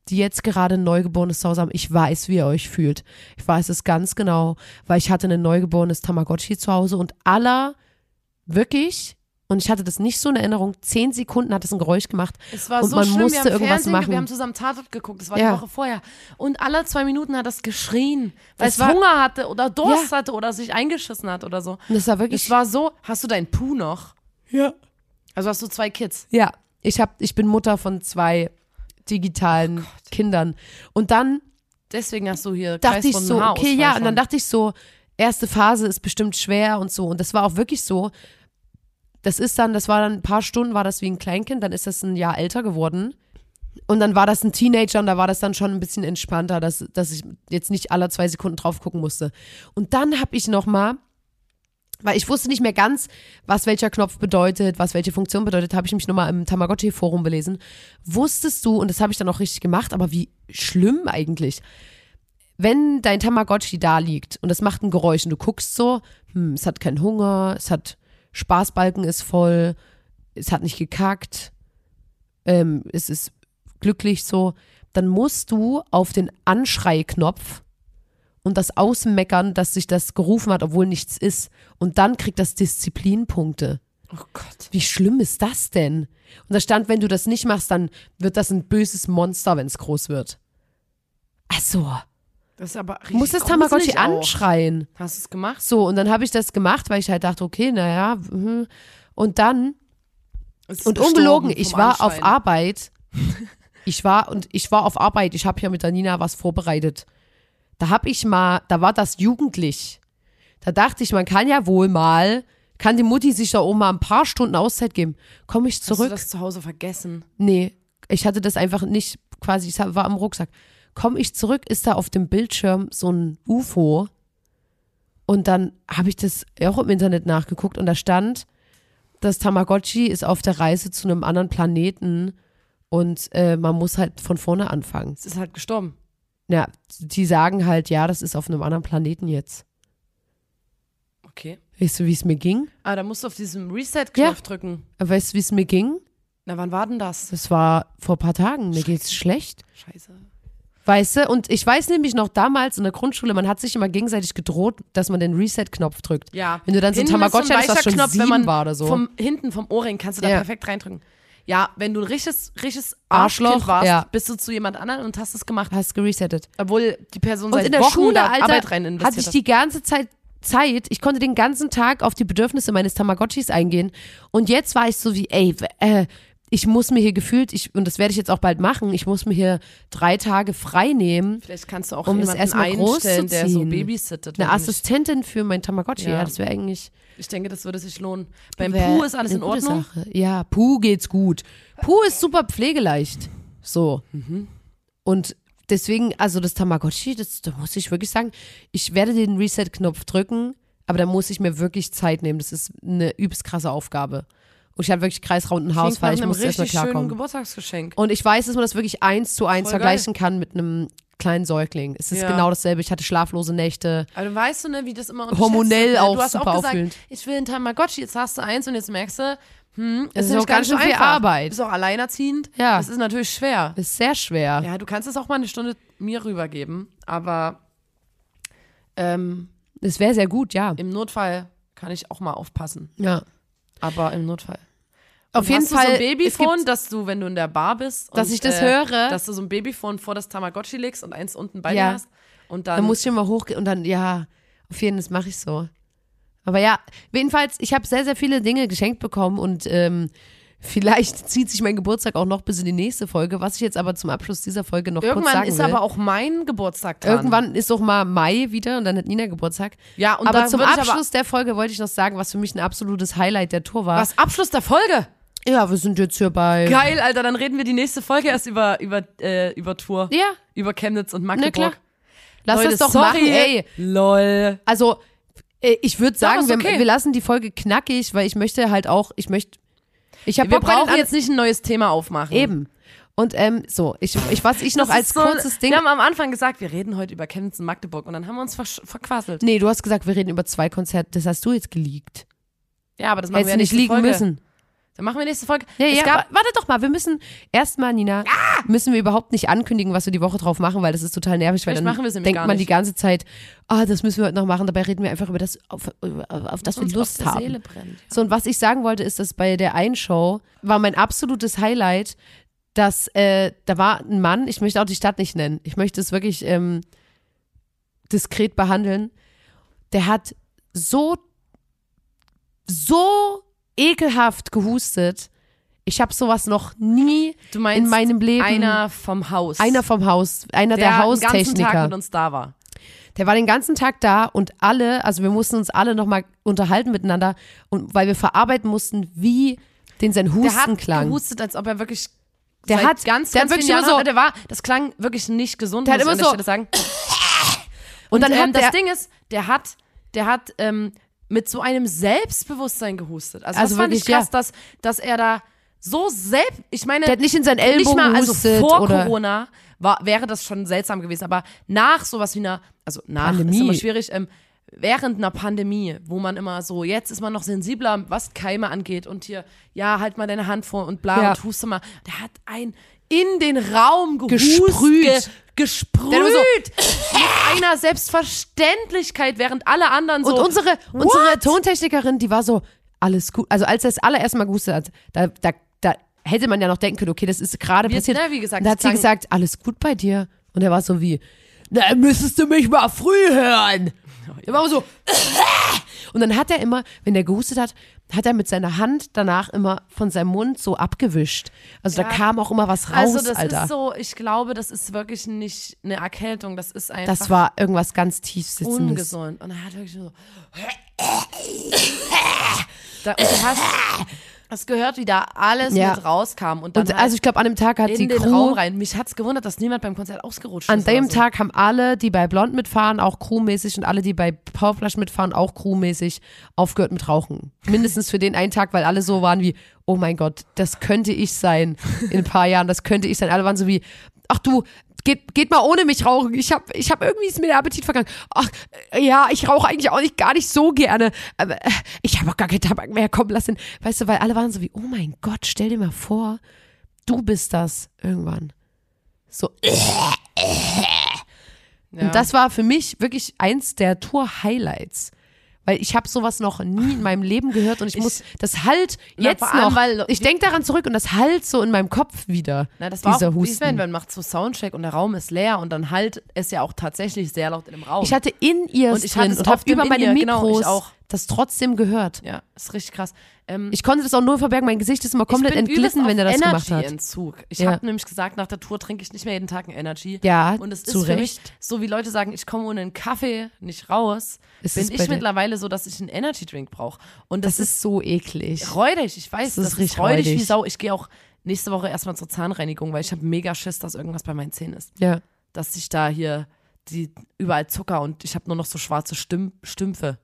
Speaker 4: die jetzt gerade ein neugeborenes zu Hause haben, ich weiß, wie ihr euch fühlt. Ich weiß es ganz genau, weil ich hatte ein neugeborenes Tamagotchi zu Hause und aller wirklich, und ich hatte das nicht so in Erinnerung, zehn Sekunden hat es ein Geräusch gemacht.
Speaker 2: Es war
Speaker 4: Und
Speaker 2: so
Speaker 4: man
Speaker 2: schlimm,
Speaker 4: musste
Speaker 2: wir haben
Speaker 4: irgendwas
Speaker 2: Fernsehen, ge-
Speaker 4: machen.
Speaker 2: wir haben zusammen Tatort geguckt, das war
Speaker 4: Ja.
Speaker 2: die Woche vorher. Und alle zwei Minuten hat das geschrien, weil
Speaker 4: Das
Speaker 2: es
Speaker 4: war-
Speaker 2: Hunger hatte oder Durst hatte oder sich eingeschissen hat oder so.
Speaker 4: Und das war wirklich.
Speaker 2: Es war so, hast du deinen Puh noch?
Speaker 4: ja.
Speaker 2: Also hast du zwei Kids.
Speaker 4: Ja, ich, hab, ich bin Mutter von zwei
Speaker 2: Oh
Speaker 4: digitalen Kindern. Und dann
Speaker 2: Deswegen hast du hier
Speaker 4: dachte ich
Speaker 2: kreisrunden
Speaker 4: so,
Speaker 2: Haarausfall
Speaker 4: okay, ja,
Speaker 2: schon.
Speaker 4: und dann dachte ich so, erste Phase ist bestimmt schwer und so. Und das war auch wirklich so. Das ist dann, das war dann ein paar Stunden, war das wie ein Kleinkind, dann ist das ein Jahr älter geworden. Und dann war das ein Teenager und da war das dann schon ein bisschen entspannter, dass, dass ich jetzt nicht alle zwei Sekunden drauf gucken musste. Und dann habe ich nochmal, weil ich wusste nicht mehr ganz, was welcher Knopf bedeutet, was welche Funktion bedeutet, habe ich mich nochmal im Tamagotchi-Forum belesen. Wusstest du, und das habe ich dann auch richtig gemacht, aber wie schlimm eigentlich, wenn dein Tamagotchi da liegt und es macht ein Geräusch und du guckst so, hm, es hat keinen Hunger, es hat Spaßbalken ist voll, es hat nicht gekackt, ähm, es ist glücklich so, dann musst du auf den Anschreiknopf und das Ausmeckern, dass sich das gerufen hat, obwohl nichts ist. Und dann kriegt das Disziplinpunkte.
Speaker 2: oh Gott.
Speaker 4: Wie schlimm ist das denn? Und da stand, wenn du das nicht machst, dann wird das ein böses Monster, wenn es groß wird. Also,
Speaker 2: Das ist aber richtig
Speaker 4: muss das Tamagotchi
Speaker 2: gruselig auch.
Speaker 4: anschreien.
Speaker 2: Hast du es gemacht?
Speaker 4: So, und dann habe ich das gemacht, weil ich halt dachte, okay, naja, mhm. und dann,
Speaker 2: Es ist
Speaker 4: und
Speaker 2: gestorben
Speaker 4: ungelogen,
Speaker 2: vom
Speaker 4: ich war auf
Speaker 2: Anschreien.
Speaker 4: Arbeit. Ich war, und ich war auf Arbeit, ich habe ja mit der Nina was vorbereitet. Da habe ich mal, da war das jugendlich. Da dachte ich, man kann ja wohl mal, kann die Mutti sich da oben mal ein paar Stunden Auszeit geben. Komme ich
Speaker 2: Hast du
Speaker 4: zurück?
Speaker 2: das zu Hause vergessen?
Speaker 4: Nee, ich hatte das einfach nicht quasi, ich war am Rucksack. Komme ich zurück, ist da auf dem Bildschirm so ein UFO. Und dann habe ich das auch im Internet nachgeguckt und da stand, das Tamagotchi ist auf der Reise zu einem anderen Planeten und äh, man muss halt von vorne anfangen.
Speaker 2: Es ist halt gestorben.
Speaker 4: Ja, die sagen halt, ja, das ist auf einem anderen Planeten jetzt.
Speaker 2: Okay.
Speaker 4: Weißt du, wie es mir ging?
Speaker 2: Ah, da musst du auf diesem Reset-Knopf
Speaker 4: Ja.
Speaker 2: drücken.
Speaker 4: Weißt du, wie es mir ging?
Speaker 2: Na, wann war denn das?
Speaker 4: Das war vor ein paar Tagen. Mir geht's schlecht.
Speaker 2: Scheiße.
Speaker 4: Weißt du, und ich weiß nämlich noch damals in der Grundschule, man hat sich immer gegenseitig gedroht, dass man den Reset-Knopf drückt.
Speaker 2: Ja.
Speaker 4: Wenn du dann so ein
Speaker 2: Hinten ist
Speaker 4: Tamagotchi hattest, was
Speaker 2: weißer
Speaker 4: schon
Speaker 2: Knopf,
Speaker 4: sieben
Speaker 2: wenn man
Speaker 4: war oder so.
Speaker 2: Vom, hinten vom Ohrring kannst du da
Speaker 4: Ja.
Speaker 2: perfekt reindrücken. Ja, wenn du ein richtiges, richtiges
Speaker 4: Arschloch,
Speaker 2: Arschloch warst,
Speaker 4: ja.
Speaker 2: bist du zu jemand anderem und hast es gemacht,
Speaker 4: Hast geresettet.
Speaker 2: obwohl die Person
Speaker 4: Und
Speaker 2: seit
Speaker 4: in der
Speaker 2: Wochen
Speaker 4: Schule,
Speaker 2: da
Speaker 4: Alter,
Speaker 2: Arbeit rein investiert
Speaker 4: hatte ich die ganze Zeit Zeit. Ich konnte den ganzen Tag auf die Bedürfnisse meines Tamagotchis eingehen. Und jetzt war ich so wie, ey, w- äh, ich muss mir hier gefühlt, ich, und das werde ich jetzt auch bald machen, ich muss mir hier drei Tage frei nehmen.
Speaker 2: Vielleicht kannst du auch
Speaker 4: Um das
Speaker 2: jemanden
Speaker 4: erstmal groß
Speaker 2: einstellen,
Speaker 4: zu
Speaker 2: der so
Speaker 4: ziehen.
Speaker 2: babysittet.
Speaker 4: Eine
Speaker 2: wenn nicht.
Speaker 4: Assistentin für mein Tamagotchi, ja,
Speaker 2: Ja.
Speaker 4: das wäre eigentlich.
Speaker 2: Ich denke, das würde sich lohnen. Beim
Speaker 4: wär
Speaker 2: Puh ist alles
Speaker 4: eine
Speaker 2: in
Speaker 4: gute
Speaker 2: Ordnung.
Speaker 4: Sache. Ja, Puh geht's gut. Puh ist super pflegeleicht. So.
Speaker 2: Mhm.
Speaker 4: Und deswegen, also das Tamagotchi, das, da muss ich wirklich sagen, ich werde den Reset-Knopf drücken, aber da muss ich mir wirklich Zeit nehmen. Das ist eine übelst krasse Aufgabe. Und ich hatte wirklich kreisraunden Haus,
Speaker 2: Klingt nach
Speaker 4: weil ich
Speaker 2: einem
Speaker 4: muss erstmal
Speaker 2: richtig schönen
Speaker 4: klarkommen.
Speaker 2: Geburtstagsgeschenk.
Speaker 4: Und ich weiß, dass man das wirklich eins zu eins
Speaker 2: Voll
Speaker 4: vergleichen kann mit einem kleinen Säugling. Es ist
Speaker 2: Ja.
Speaker 4: genau dasselbe. Ich hatte schlaflose Nächte.
Speaker 2: Aber du weißt du, ne, wie das immer unterschätzt
Speaker 4: Hormonell
Speaker 2: wird, ne?
Speaker 4: auch
Speaker 2: du hast
Speaker 4: super
Speaker 2: auch gesagt,
Speaker 4: auffühlend.
Speaker 2: Ich will einen Tamagotchi, jetzt hast du eins und jetzt merkst du, hm,
Speaker 4: Das ist
Speaker 2: nämlich
Speaker 4: auch ganz
Speaker 2: gar
Speaker 4: schön
Speaker 2: nicht so
Speaker 4: viel
Speaker 2: einfach.
Speaker 4: Arbeit.
Speaker 2: Ist auch alleinerziehend.
Speaker 4: Ja.
Speaker 2: Das ist natürlich schwer.
Speaker 4: Das ist sehr schwer.
Speaker 2: Ja, du kannst es auch mal eine Stunde mir rübergeben, aber ähm,
Speaker 4: Das wäre sehr gut, ja.
Speaker 2: im Notfall kann ich auch mal aufpassen.
Speaker 4: Ja.
Speaker 2: Aber im Notfall.
Speaker 4: Auf
Speaker 2: Und
Speaker 4: jeden
Speaker 2: hast
Speaker 4: Fall.
Speaker 2: Du so ein
Speaker 4: es gibt
Speaker 2: Babyphone, dass du, wenn du in der Bar bist,
Speaker 4: Dass
Speaker 2: und, äh,
Speaker 4: ich das höre?
Speaker 2: dass du so ein Babyphone vor das Tamagotchi legst und eins unten bei
Speaker 4: Ja.
Speaker 2: dir hast. Und dann,
Speaker 4: Dann muss ich immer hochgehen und dann, ja, auf jeden Fall, das mache ich so. Aber ja, jedenfalls, ich habe sehr, sehr viele Dinge geschenkt bekommen und ähm, vielleicht zieht sich mein Geburtstag auch noch bis in die nächste Folge, was ich jetzt aber zum Abschluss dieser Folge noch kurz
Speaker 2: irgendwann
Speaker 4: sagen
Speaker 2: ist
Speaker 4: will.
Speaker 2: aber auch mein Geburtstag dran.
Speaker 4: Irgendwann ist auch mal Mai wieder und dann hat Nina Geburtstag.
Speaker 2: Ja, und
Speaker 4: aber
Speaker 2: da
Speaker 4: zum
Speaker 2: würd ich aber-
Speaker 4: Abschluss der Folge wollte ich noch sagen, was für mich ein absolutes Highlight der Tour war.
Speaker 2: Was? Abschluss der Folge?
Speaker 4: Ja, wir sind jetzt hier bei.
Speaker 2: Geil, Alter, dann reden wir die nächste Folge erst über, über, äh, über Tour.
Speaker 4: Ja,
Speaker 2: Über Chemnitz und
Speaker 4: na klar.
Speaker 2: Magdeburg.
Speaker 4: Lass
Speaker 2: Leute,
Speaker 4: das doch
Speaker 2: sorry.
Speaker 4: machen, ey.
Speaker 2: Lol.
Speaker 4: Also, äh, ich würde
Speaker 2: Ja, aber
Speaker 4: sagen,
Speaker 2: ist
Speaker 4: wir,
Speaker 2: okay.
Speaker 4: wir lassen die Folge knackig, weil ich möchte halt auch, ich möchte Ich hab
Speaker 2: Wir
Speaker 4: Bock, bei den
Speaker 2: brauchen
Speaker 4: anderen-
Speaker 2: jetzt nicht ein neues Thema aufmachen.
Speaker 4: Eben. Und ähm, so, ich, ich was ich noch
Speaker 2: Das
Speaker 4: als
Speaker 2: ist so-
Speaker 4: kurzes Ding.
Speaker 2: Wir haben am Anfang gesagt, wir reden heute über Chemnitz und Magdeburg und dann haben wir uns versch- verquasselt.
Speaker 4: Nee, du hast gesagt, wir reden über zwei Konzerte. Das hast du jetzt geleakt.
Speaker 2: Ja, aber das machen
Speaker 4: Hättest
Speaker 2: wir ja
Speaker 4: du nicht
Speaker 2: nächste
Speaker 4: liegen
Speaker 2: Folge.
Speaker 4: müssen.
Speaker 2: Dann machen wir nächste Folge.
Speaker 4: Ja,
Speaker 2: es
Speaker 4: ja,
Speaker 2: gab Ah!
Speaker 4: wa- warte doch mal, wir müssen erstmal, Nina, müssen wir überhaupt nicht ankündigen, was wir die Woche drauf machen, weil das ist total nervig, weil
Speaker 2: Vielleicht
Speaker 4: dann
Speaker 2: machen wir es nämlich
Speaker 4: denkt
Speaker 2: gar
Speaker 4: man die
Speaker 2: nicht.
Speaker 4: ganze Zeit, ah, das müssen wir heute noch machen, dabei reden wir einfach über das, auf, auf, auf das wir
Speaker 2: uns auf
Speaker 4: Lust
Speaker 2: der
Speaker 4: haben.
Speaker 2: Seele brennt.
Speaker 4: So, und was ich sagen wollte, ist, dass bei der einen Show war mein absolutes Highlight, dass äh, da war ein Mann, ich möchte auch die Stadt nicht nennen, ich möchte es wirklich ähm, diskret behandeln, der hat so, so ekelhaft gehustet. Ich habe sowas noch nie
Speaker 2: Du meinst
Speaker 4: in meinem Leben.
Speaker 2: einer vom Haus.
Speaker 4: einer vom Haus, einer der,
Speaker 2: Den ganzen Tag
Speaker 4: Haustechniker.
Speaker 2: mit uns da war.
Speaker 4: Der war den ganzen Tag da und alle, also wir mussten uns alle nochmal unterhalten miteinander und weil wir verarbeiten mussten, wie den sein
Speaker 2: Der hat
Speaker 4: Husten klang.
Speaker 2: gehustet, als ob er wirklich
Speaker 4: Der
Speaker 2: seit
Speaker 4: hat-
Speaker 2: ganz,
Speaker 4: der hat
Speaker 2: ganz
Speaker 4: wirklich
Speaker 2: vielen
Speaker 4: immer
Speaker 2: Jahren-
Speaker 4: so-
Speaker 2: der war, das klang wirklich nicht gesund,
Speaker 4: Der
Speaker 2: muss
Speaker 4: hat
Speaker 2: ich
Speaker 4: immer
Speaker 2: an der Stelle sagen.
Speaker 4: und dann
Speaker 2: ähm,
Speaker 4: hat
Speaker 2: das
Speaker 4: der,
Speaker 2: Ding ist, der hat, der hat ähm, mit so einem Selbstbewusstsein gehustet. Also,
Speaker 4: Also
Speaker 2: das fand ich
Speaker 4: wirklich, ja.
Speaker 2: krass, dass, dass er da so selbst, ich meine,
Speaker 4: der hat nicht in seinen
Speaker 2: nicht
Speaker 4: Ellbogen
Speaker 2: mal, also
Speaker 4: gehustet
Speaker 2: vor
Speaker 4: oder
Speaker 2: Corona war, wäre das schon seltsam gewesen, aber nach sowas wie einer, also nach ist
Speaker 4: Pandemie.
Speaker 2: immer schwierig, ähm, während einer Pandemie, wo man immer so, jetzt ist man noch sensibler, was Keime angeht und hier, ja, halt mal deine Hand vor und bla
Speaker 4: Ja.
Speaker 2: und huste mal, der hat ein in den Raum gehust,
Speaker 4: Gesprüht.
Speaker 2: Ge, gesprüht.
Speaker 4: Der nur so-
Speaker 2: mit einer Selbstverständlichkeit, während alle anderen so.
Speaker 4: und unsere unsere Tontechnikerin, die war so alles gut. Also als er das allererste Mal gehustet hat, da da, da hätte man ja noch denken können, okay, das ist gerade
Speaker 2: Wir-
Speaker 4: passiert.
Speaker 2: ne, wie gesagt,
Speaker 4: da hat
Speaker 2: es
Speaker 4: sie
Speaker 2: klang-
Speaker 4: gesagt, alles gut bei dir und er war so wie na, müsstest du mich mal früh hören. Er war immer so Und dann hat er immer, wenn er gehustet hat, hat er mit seiner Hand danach immer von seinem Mund so abgewischt. Also da
Speaker 2: Ja.
Speaker 4: kam auch immer was raus,
Speaker 2: also das
Speaker 4: Alter.
Speaker 2: ist so, ich glaube, das ist wirklich nicht eine Erkältung, das ist einfach
Speaker 4: das war irgendwas ganz tiefsitzendes.
Speaker 2: ungesund. Und er hat wirklich nur so. da, und du hast das gehört, wie da alles
Speaker 4: Ja.
Speaker 2: mit rauskam und dann
Speaker 4: Und
Speaker 2: halt
Speaker 4: also ich glaube, an dem Tag hat
Speaker 2: in
Speaker 4: die
Speaker 2: den
Speaker 4: Crew,
Speaker 2: Raum rein. Mich hat's gewundert, dass niemand beim Konzert ausgerutscht
Speaker 4: an
Speaker 2: ist. oder
Speaker 4: dem
Speaker 2: so.
Speaker 4: Tag haben alle, die bei Blond mitfahren, auch crewmäßig und alle, die bei Powerflash mitfahren, auch crewmäßig aufgehört mit Rauchen. Mindestens für den einen Tag, weil alle so waren wie, oh mein Gott, das könnte ich sein in ein paar Jahren, das könnte ich sein. Alle waren so wie, ach du, geht, geht mal ohne mich rauchen. Ich habe ich hab irgendwie ist mir der Appetit vergangen. Ach, äh, ja, ich rauche eigentlich auch nicht gar nicht so gerne. Aber äh, ich habe auch gar keinen Tabak mehr kommen lassen. Weißt du, weil alle waren so wie, oh mein Gott, stell dir mal vor, du bist das irgendwann. So, äh,
Speaker 2: Ja.
Speaker 4: und das war für mich wirklich eins der Tour-Highlights. Weil ich habe sowas noch nie in meinem Leben gehört und ich,
Speaker 2: Ich-
Speaker 4: muss das halt
Speaker 2: Na,
Speaker 4: jetzt
Speaker 2: vor allem,
Speaker 4: noch.
Speaker 2: weil-
Speaker 4: ich denke daran zurück und das halt so in meinem Kopf wieder.
Speaker 2: Na, das war
Speaker 4: dieser
Speaker 2: auch, wie es
Speaker 4: Husten.
Speaker 2: wenn man macht so Soundcheck und der Raum ist leer und dann halt ist ja auch tatsächlich sehr laut in dem Raum.
Speaker 4: ich hatte in ihr
Speaker 2: Und ich hatte
Speaker 4: drin
Speaker 2: es
Speaker 4: und habe
Speaker 2: oft im
Speaker 4: über meine
Speaker 2: In-Ear, genau,
Speaker 4: Mikros
Speaker 2: ich auch.
Speaker 4: das trotzdem gehört.
Speaker 2: ja, ist richtig krass. Ähm,
Speaker 4: Ich konnte das auch nur verbergen. Mein Gesicht ist immer komplett
Speaker 2: ich bin
Speaker 4: entglitten,
Speaker 2: übelst
Speaker 4: wenn er das
Speaker 2: auf
Speaker 4: gemacht hat.
Speaker 2: Energy-Entzug. Ich
Speaker 4: Ja.
Speaker 2: habe nämlich gesagt, nach der Tour trinke ich nicht mehr jeden Tag ein Energy.
Speaker 4: Ja,
Speaker 2: Und es
Speaker 4: Ah, zu
Speaker 2: ist für mich,
Speaker 4: Recht.
Speaker 2: so wie Leute sagen, ich komme ohne einen Kaffee nicht raus,
Speaker 4: Es
Speaker 2: bin
Speaker 4: ist bei
Speaker 2: ich
Speaker 4: dir-
Speaker 2: mittlerweile so, dass ich einen Energy-Drink brauche. Und das,
Speaker 4: Das ist so eklig.
Speaker 2: ist räudig, ich weiß,
Speaker 4: Das
Speaker 2: das,
Speaker 4: ist
Speaker 2: ist,
Speaker 4: richtig
Speaker 2: räudig wie
Speaker 4: räudig.
Speaker 2: Sau. Ich gehe auch nächste Woche erstmal zur Zahnreinigung, weil ich habe mega Schiss, dass irgendwas bei meinen Zähnen ist.
Speaker 4: Ja.
Speaker 2: Dass ich da hier die überall Zucker und ich habe nur noch so schwarze Stim Stümpfe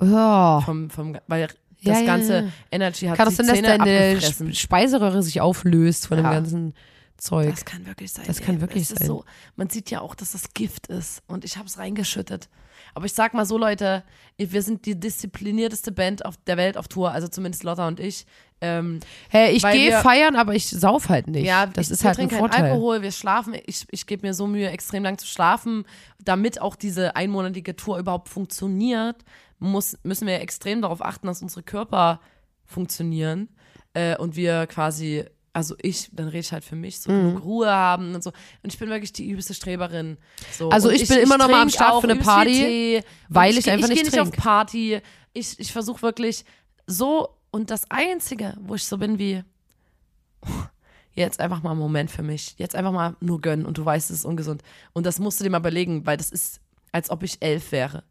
Speaker 4: Oh.
Speaker 2: vom, vom weil das
Speaker 4: Ja, ja,
Speaker 2: ganze
Speaker 4: ja.
Speaker 2: Energy hat
Speaker 4: Kann das
Speaker 2: die
Speaker 4: denn, dass
Speaker 2: Zähne
Speaker 4: deine
Speaker 2: abgefressen.
Speaker 4: Sp- Speiseröhre sich auflöst von
Speaker 2: Ja.
Speaker 4: dem ganzen Zeug?
Speaker 2: Das kann wirklich sein.
Speaker 4: Das kann
Speaker 2: ey.
Speaker 4: wirklich
Speaker 2: es ist
Speaker 4: sein.
Speaker 2: So, man sieht ja auch, dass das Gift ist und ich habe es reingeschüttet. Aber ich sag mal so, Leute, wir sind die disziplinierteste Band auf der Welt auf Tour, also zumindest Lotta und ich. Ähm,
Speaker 4: Hey, ich
Speaker 2: Weil
Speaker 4: gehe
Speaker 2: wir-
Speaker 4: feiern, aber ich sauf halt nicht.
Speaker 2: ja,
Speaker 4: das
Speaker 2: ich,
Speaker 4: ist
Speaker 2: wir
Speaker 4: halt ein
Speaker 2: trinken
Speaker 4: Vorteil.
Speaker 2: keinen Alkohol, wir schlafen. Ich, ich gebe mir so Mühe, extrem lang zu schlafen, damit auch diese einmonatige Tour überhaupt funktioniert. Muss, müssen wir extrem darauf achten, dass unsere Körper funktionieren äh, und wir quasi, also ich, dann rede ich halt für mich,
Speaker 4: Mhm.
Speaker 2: so genug Ruhe haben und so. Und ich bin wirklich die übelste Streberin. So.
Speaker 4: Also
Speaker 2: und
Speaker 4: ich bin immer noch mal am
Speaker 2: trink
Speaker 4: Start
Speaker 2: auch
Speaker 4: für eine
Speaker 2: übelst viel
Speaker 4: Party,
Speaker 2: Tee.
Speaker 4: weil
Speaker 2: Und
Speaker 4: ich
Speaker 2: geh-
Speaker 4: einfach
Speaker 2: ich
Speaker 4: nicht
Speaker 2: geh nicht auf
Speaker 4: trink.
Speaker 2: Party. Ich, ich versuche wirklich so und das Einzige, wo ich so bin wie jetzt einfach mal einen Moment für mich. Jetzt einfach mal nur gönnen und du weißt, es ist ungesund. Und das musst du dir mal überlegen, weil das ist, als ob ich elf wäre.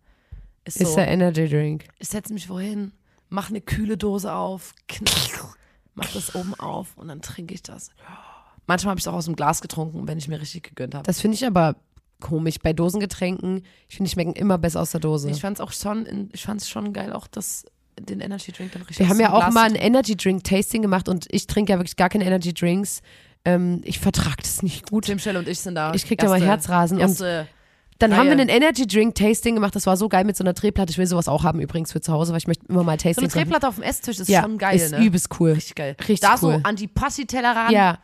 Speaker 2: Ist so,
Speaker 4: Ist der Energy Drink.
Speaker 2: ich setze mich wohin, mach eine kühle Dose auf, knack, mach das oben auf und dann trinke ich das. Manchmal habe ich es auch aus dem Glas getrunken, wenn ich mir richtig gegönnt habe.
Speaker 4: Das finde ich aber komisch. Bei Dosengetränken, ich finde, die schmecken immer besser aus der Dose.
Speaker 2: Ich fand es auch schon, in, ich fand es schon geil, auch das den Energy Drink dann richtig
Speaker 4: Wir haben ja auch
Speaker 2: ausgeblasen.
Speaker 4: mal ein Energy Drink Tasting gemacht und ich trinke ja wirklich gar keine Energy Drinks. Ähm, ich vertrage das nicht gut.
Speaker 2: Tim Schell und ich sind da.
Speaker 4: Ich krieg da mal Herzrasen und-
Speaker 2: Erste,
Speaker 4: Dann haben wir
Speaker 2: Geil.
Speaker 4: einen Energy Drink Tasting gemacht. Das war so geil mit so einer Drehplatte. Ich will sowas auch haben übrigens für zu Hause, weil ich möchte immer mal
Speaker 2: so
Speaker 4: Tasting
Speaker 2: eine Drehplatte auf dem Esstisch ist
Speaker 4: ja,
Speaker 2: schon geil,
Speaker 4: ist
Speaker 2: ne?
Speaker 4: übelst cool.
Speaker 2: Richtig geil.
Speaker 4: Richtig
Speaker 2: da
Speaker 4: cool.
Speaker 2: so Antipasti-Teller ran.
Speaker 4: Ja.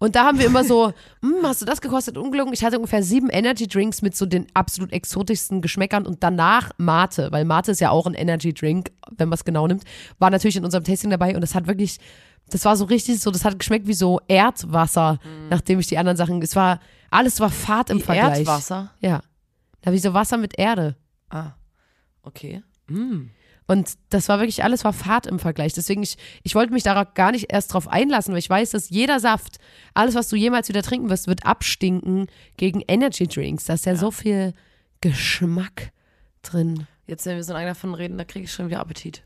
Speaker 4: Und da haben wir immer so, "Hm, hast du das gekostet? Ungelungen. Ich hatte ungefähr sieben Energy Drinks mit so den absolut exotischsten Geschmäckern und danach Mate, weil Mate ist ja auch ein Energy Drink, wenn man es genau nimmt, war natürlich in unserem Tasting dabei und das hat wirklich, das war so richtig so, das hat geschmeckt wie so Erdwasser, nachdem ich die anderen Sachen, es war, alles war fad im
Speaker 2: Mhm. Wie
Speaker 4: Vergleich.
Speaker 2: Erdwasser.
Speaker 4: Ja. Da wie so Wasser mit Erde.
Speaker 2: Ah, okay.
Speaker 4: Und das war wirklich, alles war Fahrt im Vergleich. Deswegen, ich, ich wollte mich darauf gar nicht erst drauf einlassen, weil ich weiß, dass jeder Saft, alles, was du jemals wieder trinken wirst, wird abstinken gegen Energy Drinks. Da ist ja, so viel Geschmack drin.
Speaker 2: Jetzt, wenn wir so lange davon reden, da kriege ich schon wieder Appetit.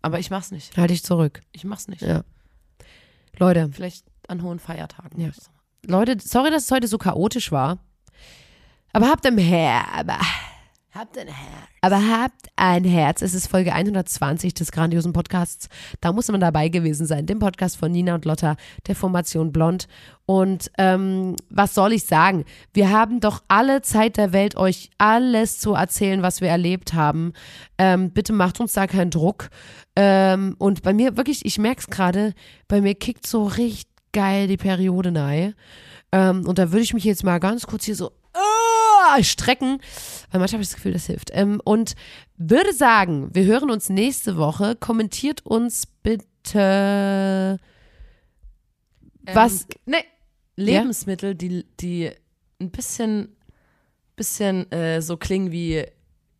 Speaker 2: Aber ich mach's nicht.
Speaker 4: Halte ich zurück.
Speaker 2: Ich mach's nicht.
Speaker 4: Ja. Leute,
Speaker 2: Vielleicht an hohen Feiertagen. Also.
Speaker 4: Ja. Leute, sorry, dass es heute so chaotisch war. Aber habt ein Herz. Aber,
Speaker 2: Habt ein Herz.
Speaker 4: aber habt ein Herz. Es ist Folge 120 des grandiosen Podcasts. Da muss man dabei gewesen sein. Dem Podcast von Nina und Lotta, der Formation Blond. Und ähm, was soll ich sagen? Wir haben doch alle Zeit der Welt, euch alles zu erzählen, was wir erlebt haben. Ähm, bitte macht uns da keinen Druck. Ähm, und bei mir wirklich, ich merke es gerade, bei mir kickt so richtig geil die Periode nahe. Ähm, und da würde ich mich jetzt mal ganz kurz hier so ah, strecken, weil manchmal habe ich das Gefühl, das hilft. Ähm, und würde sagen, wir hören uns nächste Woche. Kommentiert uns bitte. Was?
Speaker 2: Ähm, nee. Lebensmittel, die, die ein bisschen, bisschen äh, so klingen wie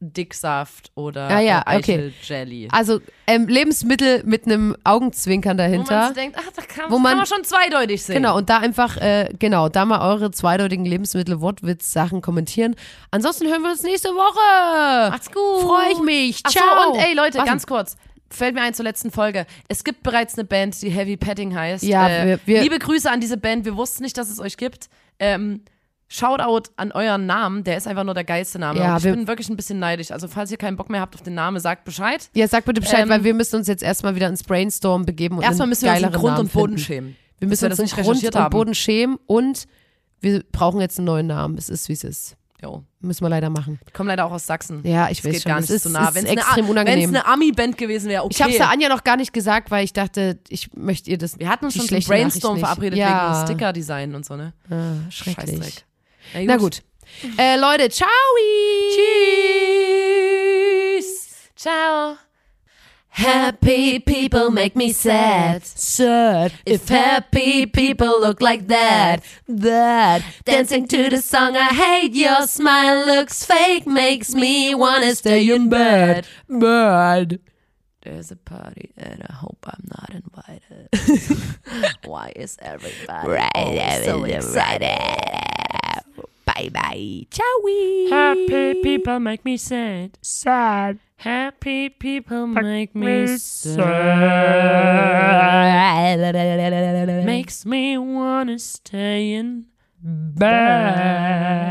Speaker 2: Dicksaft oder
Speaker 4: Ah ja,
Speaker 2: äh,
Speaker 4: okay.
Speaker 2: Eicheljelly.
Speaker 4: Also ähm, Lebensmittel mit einem Augenzwinkern
Speaker 2: Wo man
Speaker 4: dahinter.
Speaker 2: so denkt, ach, da kann,
Speaker 4: Wo
Speaker 2: das
Speaker 4: man-
Speaker 2: kann man schon zweideutig sehen.
Speaker 4: Genau, und da einfach, äh, genau, da mal eure zweideutigen Lebensmittel, Wortwitz, Sachen kommentieren. Ansonsten hören wir uns nächste Woche.
Speaker 2: Macht's gut.
Speaker 4: Freue ich mich.
Speaker 2: Ach so,
Speaker 4: Ciao.
Speaker 2: und ey Leute,
Speaker 4: Was
Speaker 2: ganz kurz. Fällt mir ein zur letzten Folge. Es gibt bereits eine Band, die Heavy Petting heißt. Äh,
Speaker 4: Ja, wir- wir-
Speaker 2: liebe Grüße an diese Band. Wir wussten nicht, dass es euch gibt. Ähm, Shoutout an euren Namen. Der ist einfach nur der geilste Name.
Speaker 4: Ja,
Speaker 2: Und ich
Speaker 4: wir-
Speaker 2: bin wirklich ein bisschen neidisch. Also falls ihr keinen Bock mehr habt auf den Namen, sagt Bescheid.
Speaker 4: Ja, sag bitte Bescheid,
Speaker 2: Ähm,
Speaker 4: weil wir müssen uns jetzt erstmal wieder ins Brainstorm begeben und
Speaker 2: Erstmal
Speaker 4: einen
Speaker 2: müssen wir uns in
Speaker 4: geileren
Speaker 2: Grund
Speaker 4: Namen
Speaker 2: und Boden
Speaker 4: finden.
Speaker 2: schämen.
Speaker 4: Wir müssen
Speaker 2: wir
Speaker 4: uns
Speaker 2: das
Speaker 4: in
Speaker 2: nicht
Speaker 4: Grund
Speaker 2: recherchiert
Speaker 4: und
Speaker 2: haben.
Speaker 4: Boden schämen und wir brauchen jetzt einen neuen Namen. Es ist, wie es ist.
Speaker 2: Jo.
Speaker 4: Müssen wir leider machen.
Speaker 2: Ich komme leider auch aus Sachsen.
Speaker 4: Ja, ich
Speaker 2: Es
Speaker 4: weiß
Speaker 2: geht
Speaker 4: schon.
Speaker 2: gar
Speaker 4: es
Speaker 2: nicht
Speaker 4: ist,
Speaker 2: so nah.
Speaker 4: Es ist
Speaker 2: eine A-
Speaker 4: extrem
Speaker 2: Wenn's
Speaker 4: unangenehm.
Speaker 2: eine Ami-Band gewesen wäre, okay.
Speaker 4: ich hab's der Anja noch gar nicht gesagt, weil ich dachte, ich möchte ihr das.
Speaker 2: wir hatten uns
Speaker 4: die
Speaker 2: schon zum
Speaker 4: schlechte
Speaker 2: Brainstorm
Speaker 4: Nachricht nicht.
Speaker 2: verabredet
Speaker 4: ja.
Speaker 2: wegen Sticker-Design und so, ne?
Speaker 4: Ah, schrecklich.
Speaker 2: Scheißdreck.
Speaker 4: Na gut.
Speaker 1: Øh,
Speaker 4: Äh, Leute, ciao.
Speaker 2: Tschüss. Ciao.
Speaker 1: Happy people make me sad.
Speaker 4: Sad.
Speaker 1: If happy people look like that,
Speaker 4: That.
Speaker 1: dancing to the song I hate, your smile looks fake, makes me wanna stay in bed.
Speaker 4: Bad.
Speaker 2: There's a party and I hope I'm not invited. Why is everybody always oh, so excited?
Speaker 1: Bye bye. Ciao.
Speaker 3: Happy people make me sad. Sad. Happy people make me sad. Makes me wanna stay in bed.